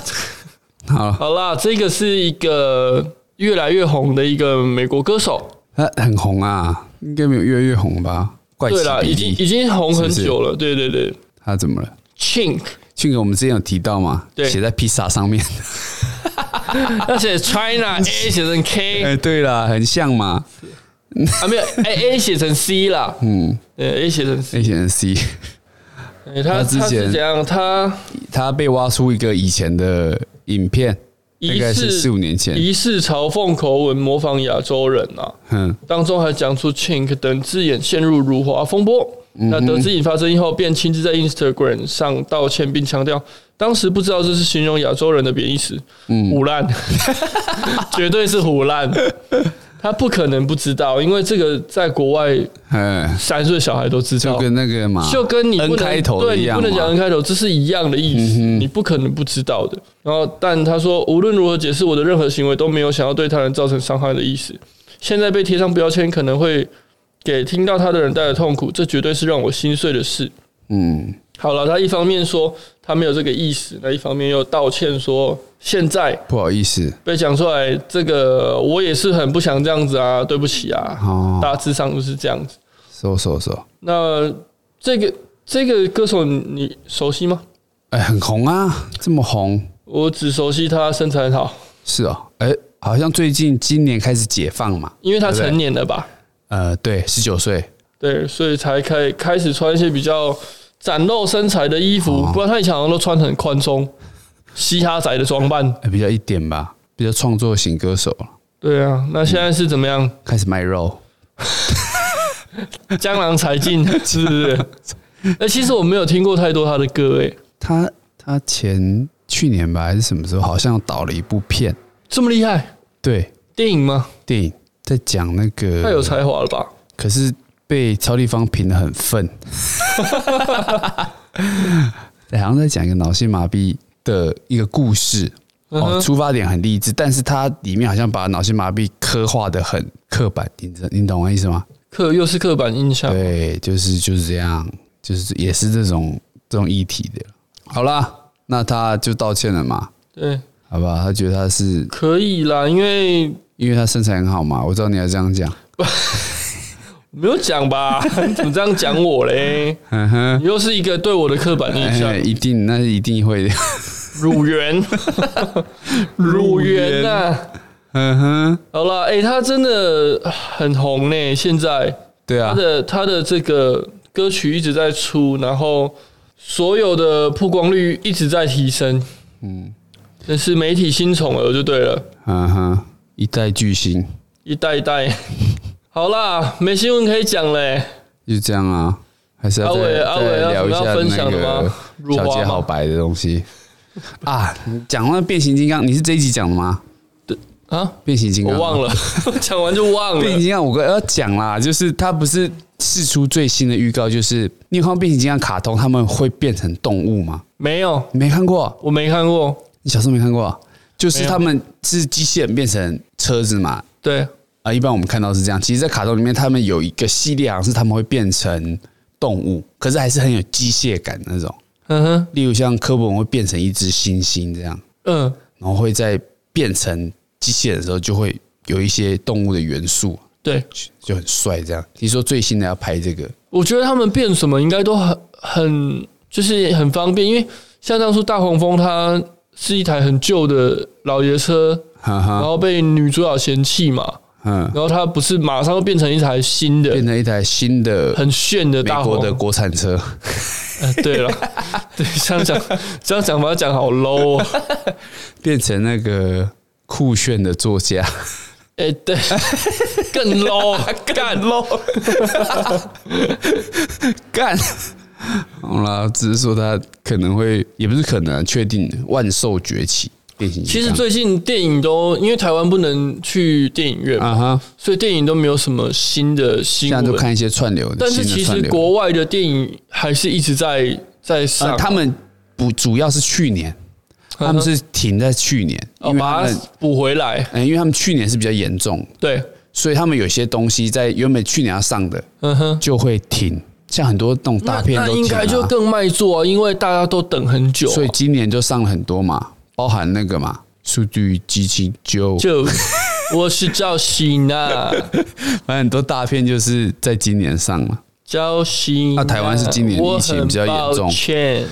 [SPEAKER 2] 好了，
[SPEAKER 1] 好啦，这个是一个越来越红的一个美国歌手。
[SPEAKER 2] 他很红啊，应该没有越来越红吧？怪奇
[SPEAKER 1] 对啦，
[SPEAKER 2] 比
[SPEAKER 1] 已经已
[SPEAKER 2] 利，
[SPEAKER 1] 经红很
[SPEAKER 2] 是不是
[SPEAKER 1] 久了。对对对
[SPEAKER 2] 他怎么了？
[SPEAKER 1] ，Chink，
[SPEAKER 2] 俊哥，我们之前有提到嘛？
[SPEAKER 1] 对
[SPEAKER 2] 写在披萨
[SPEAKER 1] [LAUGHS]
[SPEAKER 2] 上面。
[SPEAKER 1] 而且 China
[SPEAKER 2] [LAUGHS]
[SPEAKER 1] A 写成 K
[SPEAKER 2] 哎，对啦，很像嘛。
[SPEAKER 1] 啊，没有 A A 写成 C 啦。嗯，对 A 写成 C。
[SPEAKER 2] 那些人 C，
[SPEAKER 1] 哎他
[SPEAKER 2] 他之
[SPEAKER 1] 他是
[SPEAKER 2] 前
[SPEAKER 1] 怎样？他
[SPEAKER 2] [LAUGHS] 他被挖出一个以前的影片，大
[SPEAKER 1] 疑
[SPEAKER 2] 概
[SPEAKER 1] 似
[SPEAKER 2] 是四五年前。
[SPEAKER 1] 疑似嘲讽口吻模仿亚洲人啊。
[SPEAKER 2] 嗯，
[SPEAKER 1] 当中还讲出 Chink 等字眼陷入辱华风波。
[SPEAKER 2] 嗯
[SPEAKER 1] 那得知引发争议后，便亲自在 Instagram 上道歉，并强调当时不知道这是形容亚洲人的贬义词，
[SPEAKER 2] 嗯
[SPEAKER 1] 胡
[SPEAKER 2] [LAUGHS]
[SPEAKER 1] 烂，绝对是胡烂。他不可能不知道，因为这个在国外
[SPEAKER 2] 哎，
[SPEAKER 1] 三岁小孩都知
[SPEAKER 2] 就
[SPEAKER 1] 道，
[SPEAKER 2] 跟那个嘛，
[SPEAKER 1] 就跟你不
[SPEAKER 2] 啊 N
[SPEAKER 1] 能
[SPEAKER 2] 开头的
[SPEAKER 1] 对
[SPEAKER 2] 一
[SPEAKER 1] 你
[SPEAKER 2] 样
[SPEAKER 1] 不
[SPEAKER 2] 嘛嗯
[SPEAKER 1] 能讲 N 开头，这是一样的意思，你不可能不知道的。然后，但他说无论如何解释我的任何行为都没有想要对他人造成伤害的意思。现在被贴上标签可能会给听到他的人带来痛苦，这绝对是让我心碎的事。
[SPEAKER 2] 嗯，
[SPEAKER 1] 好了，他一方面说他没有这个意思，那一方面又道歉说现在
[SPEAKER 2] 不好意思，
[SPEAKER 1] 被讲出来，这个我也是很不想这样子啊，对不起啊，
[SPEAKER 2] 哦
[SPEAKER 1] 大致上就是这样子。
[SPEAKER 2] 收收收，
[SPEAKER 1] 那这个这个歌手你你熟悉吗？
[SPEAKER 2] 哎，很红啊，这么红，
[SPEAKER 1] 我只熟悉他身材很好，
[SPEAKER 2] 是哦，哎，好像最近今年开始解放嘛，
[SPEAKER 1] 因为他
[SPEAKER 2] 对不对
[SPEAKER 1] 成年了吧？
[SPEAKER 2] 呃，对，十九岁，
[SPEAKER 1] 对，所以才开开始穿一些比较展露身材的衣服，不然他以前好像都穿很宽松，嘻哈仔的装扮。
[SPEAKER 2] 哎，比较一点吧，比较创作型歌手了，
[SPEAKER 1] 对啊，那现在是怎么样？
[SPEAKER 2] 开始卖肉，
[SPEAKER 1] [LAUGHS] 江郎才尽是不是？哎、 [LAUGHS] 其实我没有听过太多他的歌、诶，哎，
[SPEAKER 2] 他他前去年吧还是什么时候，好像导了一部片，
[SPEAKER 1] 这么厉害，
[SPEAKER 2] 对，
[SPEAKER 1] 电影吗？
[SPEAKER 2] 电影在讲那个，
[SPEAKER 1] 太有才华了吧？
[SPEAKER 2] 可是被超立方评的很愤， [LAUGHS] 好像在讲一个脑性麻痹的一个故事。
[SPEAKER 1] 嗯
[SPEAKER 2] 哦，出发点很励志，但是它里面好像把脑性麻痹刻画的很刻板，你知你懂我意思吗？
[SPEAKER 1] 刻又是刻板印象，
[SPEAKER 2] 对，就是就是这样，就是也是这种这种议题的。好啦，那他就道歉了嘛，
[SPEAKER 1] 对，
[SPEAKER 2] 好吧？他觉得他是
[SPEAKER 1] 可以啦，因为
[SPEAKER 2] 因为他身材很好嘛，我知道你要这样讲，
[SPEAKER 1] 没有讲吧？ [LAUGHS] 你怎么这样讲我嘞？
[SPEAKER 2] 嗯哼，
[SPEAKER 1] 你又是一个对我的刻板印象
[SPEAKER 2] 哎，，一定那一定会，
[SPEAKER 1] 乳 [LAUGHS] 源，乳源呐、
[SPEAKER 2] [LAUGHS] 嗯哼，
[SPEAKER 1] 好了，哎、他真的很红呢、现在
[SPEAKER 2] 对啊
[SPEAKER 1] 他，的他的这个歌曲一直在出，然后所有的曝光率一直在提升。嗯，那是媒体新宠儿就对了，
[SPEAKER 2] 嗯哼，一代巨星
[SPEAKER 1] 一代一代。 [LAUGHS] 好啦，没新闻可以讲嘞、
[SPEAKER 2] 就这样啊，还是要再
[SPEAKER 1] 阿伟阿伟
[SPEAKER 2] 再
[SPEAKER 1] 要
[SPEAKER 2] 聊一
[SPEAKER 1] 有什么
[SPEAKER 2] 下
[SPEAKER 1] 要分享
[SPEAKER 2] 那
[SPEAKER 1] 的
[SPEAKER 2] 个
[SPEAKER 1] 吗辱华
[SPEAKER 2] 小
[SPEAKER 1] 吗
[SPEAKER 2] 姐好白的东西啊。你讲那变形金刚，你是这一集讲的吗？
[SPEAKER 1] 啊，
[SPEAKER 2] 变形金刚，
[SPEAKER 1] 我忘。了， [LAUGHS] 讲完就忘
[SPEAKER 2] 变形
[SPEAKER 1] 了。
[SPEAKER 2] 金刚，我要讲啦，就是它不是试出最新的预告，就是你有看过变形金刚卡通，他们会变成动物吗？
[SPEAKER 1] 没有，
[SPEAKER 2] 你没看过，
[SPEAKER 1] 我没看过。
[SPEAKER 2] 你小时候没看过啊，就是
[SPEAKER 1] 没有
[SPEAKER 2] 他们是机器人变成车子嘛，
[SPEAKER 1] 对，
[SPEAKER 2] 啊，一般我们看到是这样。其实，在卡通里面，他们有一个系列，好像是他们会变成动物，可是还是很有机械感那种。
[SPEAKER 1] 嗯哼，
[SPEAKER 2] 例如像科博文会变成一只猩猩这样，
[SPEAKER 1] 嗯，
[SPEAKER 2] 然后会在变成机器人的时候，就会有一些动物的元素，
[SPEAKER 1] 对，
[SPEAKER 2] 就很帅这样。听说最新的要拍这个，
[SPEAKER 1] 我觉得他们变什么应该都很很就是很方便，因为像当初大黄蜂它是一台很旧的老爷车，
[SPEAKER 2] 哈
[SPEAKER 1] 然
[SPEAKER 2] 哈，
[SPEAKER 1] 后被女主角嫌弃嘛，
[SPEAKER 2] 嗯，
[SPEAKER 1] 然后它不是马上又变成一台新的
[SPEAKER 2] 变成一台新的
[SPEAKER 1] 很炫的
[SPEAKER 2] 美
[SPEAKER 1] 大
[SPEAKER 2] 国
[SPEAKER 1] 黄
[SPEAKER 2] 的国产车，
[SPEAKER 1] 呃对了， [LAUGHS] 对，这样讲这样讲把它讲好 low 哦。
[SPEAKER 2] [LAUGHS] 变成那个酷炫的座驾，
[SPEAKER 1] 哎、对，更 low，更
[SPEAKER 2] [LAUGHS]
[SPEAKER 1] low。
[SPEAKER 2] 干。 [LAUGHS] 好啦，只是说他可能会，也不是可能、啊，确定万兽崛起变形
[SPEAKER 1] 其
[SPEAKER 2] 金
[SPEAKER 1] 实
[SPEAKER 2] 刚。
[SPEAKER 1] 最近电影都因为台湾不能去电影院嘛，
[SPEAKER 2] 啊哈，
[SPEAKER 1] 所以电影都没有什么新的新
[SPEAKER 2] 现在
[SPEAKER 1] 闻。
[SPEAKER 2] 就看一些串流的，
[SPEAKER 1] 但是
[SPEAKER 2] 新的
[SPEAKER 1] 其
[SPEAKER 2] 串
[SPEAKER 1] 实
[SPEAKER 2] 流
[SPEAKER 1] 国外的电影还是一直在在上，
[SPEAKER 2] 呃，他们不主要是去年，他们是停在去年，
[SPEAKER 1] 嗯哦
[SPEAKER 2] 因为他
[SPEAKER 1] 把它
[SPEAKER 2] 们，
[SPEAKER 1] 补回来。
[SPEAKER 2] 嗯，因为他们去年是比较严重，
[SPEAKER 1] 对，
[SPEAKER 2] 所以他们有些东西在原本去年要上的
[SPEAKER 1] 嗯哼，
[SPEAKER 2] 就会停，像很多那种大
[SPEAKER 1] 那
[SPEAKER 2] 片
[SPEAKER 1] 那
[SPEAKER 2] 都
[SPEAKER 1] 应
[SPEAKER 2] 停
[SPEAKER 1] 该就
[SPEAKER 2] 了，
[SPEAKER 1] 更卖座啊，因为大家都等很久啊，
[SPEAKER 2] 所以今年就上了很多嘛，包含那个嘛。数据激情就
[SPEAKER 1] 就我是赵鑫
[SPEAKER 2] [LAUGHS]
[SPEAKER 1] 啊，
[SPEAKER 2] 反正很多大片就是在今年上了。
[SPEAKER 1] 赵鑫啊。
[SPEAKER 2] 那台湾是今年疫情比较严重
[SPEAKER 1] 我很抱歉。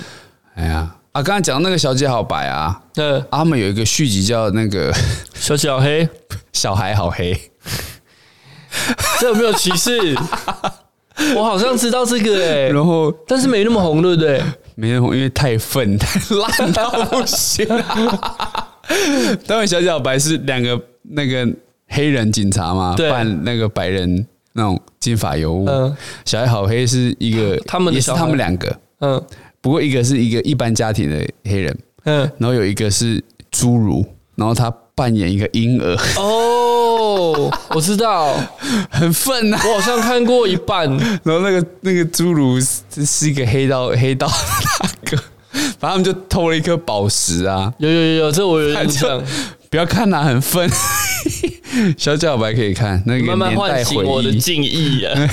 [SPEAKER 2] 哎呀，啊，刚才讲到那个小姐好白啊，
[SPEAKER 1] 嗯，
[SPEAKER 2] 啊他们有一个续集叫那个 [LAUGHS]
[SPEAKER 1] 小小黑，
[SPEAKER 2] 小孩好黑，
[SPEAKER 1] 这有没有歧
[SPEAKER 2] [LAUGHS]
[SPEAKER 1] 视？我好像知道这个哎、
[SPEAKER 2] 然后
[SPEAKER 1] 但是没那么红，对不对？
[SPEAKER 2] 没人红，因为太愤，太烂到不行、
[SPEAKER 1] [LAUGHS]
[SPEAKER 2] 当然，小小白是两个那个黑人警察嘛，
[SPEAKER 1] 对
[SPEAKER 2] 扮那个白人那种金发尤物。
[SPEAKER 1] 嗯
[SPEAKER 2] 小爱好黑是一个，
[SPEAKER 1] 他们的
[SPEAKER 2] 也是
[SPEAKER 1] 小孩
[SPEAKER 2] 他们两个，
[SPEAKER 1] 嗯
[SPEAKER 2] 不过一个是一个一般家庭的黑人， [LAUGHS]
[SPEAKER 1] 嗯，
[SPEAKER 2] 然后有一个是侏儒，然后他扮演一个婴儿， [LAUGHS]
[SPEAKER 1] 哦，我知道，
[SPEAKER 2] 很愤啊呐、
[SPEAKER 1] 我好像看过一
[SPEAKER 2] [LAUGHS]
[SPEAKER 1] 半。
[SPEAKER 2] 然后那个那个侏儒是是一个黑道黑道大哥， [LAUGHS] 反正他们就偷了一颗宝石啊，
[SPEAKER 1] 有有有有，这我有印象。
[SPEAKER 2] 不要看啦、很分。 [LAUGHS] 小小白可以看那个
[SPEAKER 1] 慢慢
[SPEAKER 2] 年
[SPEAKER 1] 唤
[SPEAKER 2] 代
[SPEAKER 1] 醒
[SPEAKER 2] 回
[SPEAKER 1] 我的
[SPEAKER 2] 忆，
[SPEAKER 1] 敬意啊！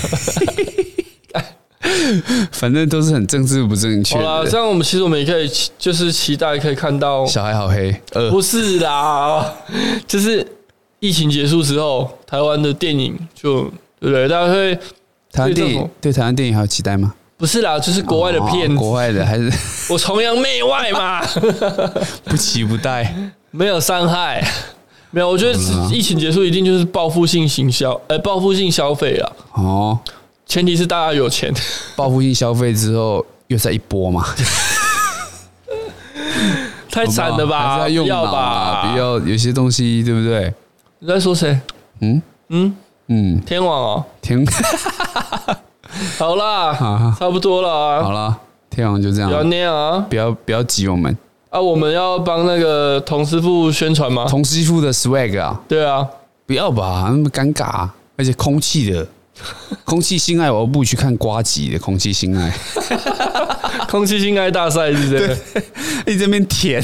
[SPEAKER 2] 反正都是很政治不正确
[SPEAKER 1] 好
[SPEAKER 2] [LAUGHS]
[SPEAKER 1] 啦，这
[SPEAKER 2] 的。
[SPEAKER 1] 样我们其实我们也可以期就是期待可以看到，
[SPEAKER 2] 小孩好黑，呃，
[SPEAKER 1] 不是啦，就是疫情结束之后，台湾的电影就对不对？大家会
[SPEAKER 2] 台
[SPEAKER 1] 对
[SPEAKER 2] 湾电
[SPEAKER 1] 这
[SPEAKER 2] 影
[SPEAKER 1] 种
[SPEAKER 2] 对台湾电影还有期待吗？
[SPEAKER 1] 不是啦，就是国外的片
[SPEAKER 2] 哦，国外的还是
[SPEAKER 1] [LAUGHS] 我崇洋媚外嘛， [LAUGHS]
[SPEAKER 2] 不期不待。
[SPEAKER 1] 没有伤害，没有。我觉得疫情结束一定就是报复性行销，呃，报复性消费啦。
[SPEAKER 2] 哦，
[SPEAKER 1] 前提是大家有钱，
[SPEAKER 2] 报复性消费之后又再一波嘛，
[SPEAKER 1] 太惨了吧？
[SPEAKER 2] 还是要用
[SPEAKER 1] 要
[SPEAKER 2] 脑啊，
[SPEAKER 1] 吧？
[SPEAKER 2] 不要有些东西，对不对？
[SPEAKER 1] 你在说谁？
[SPEAKER 2] 嗯
[SPEAKER 1] 嗯，
[SPEAKER 2] 嗯，
[SPEAKER 1] 天网哦，
[SPEAKER 2] 天，
[SPEAKER 1] 好啦
[SPEAKER 2] 啊，
[SPEAKER 1] 差不多了
[SPEAKER 2] 好
[SPEAKER 1] 啊，
[SPEAKER 2] 了，天王就这样
[SPEAKER 1] 不要
[SPEAKER 2] 了，
[SPEAKER 1] 那样啊。
[SPEAKER 2] 不要不要急我们，
[SPEAKER 1] 啊，我们要帮那个童师傅宣传吗？
[SPEAKER 2] 同师傅的 swag 啊，
[SPEAKER 1] 对
[SPEAKER 2] [LAUGHS]
[SPEAKER 1] 啊，
[SPEAKER 2] 不要吧，那么尴尬、啊，而且空气的。空气性爱，我又不去看瓜吉的空气性爱，
[SPEAKER 1] 空气性爱大赛是这样。
[SPEAKER 2] 你这边舔，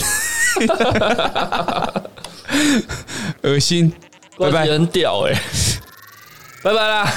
[SPEAKER 2] 恶心，
[SPEAKER 1] 瓜
[SPEAKER 2] 拜
[SPEAKER 1] 吉
[SPEAKER 2] 拜。
[SPEAKER 1] 欸很屌哎、拜拜啦。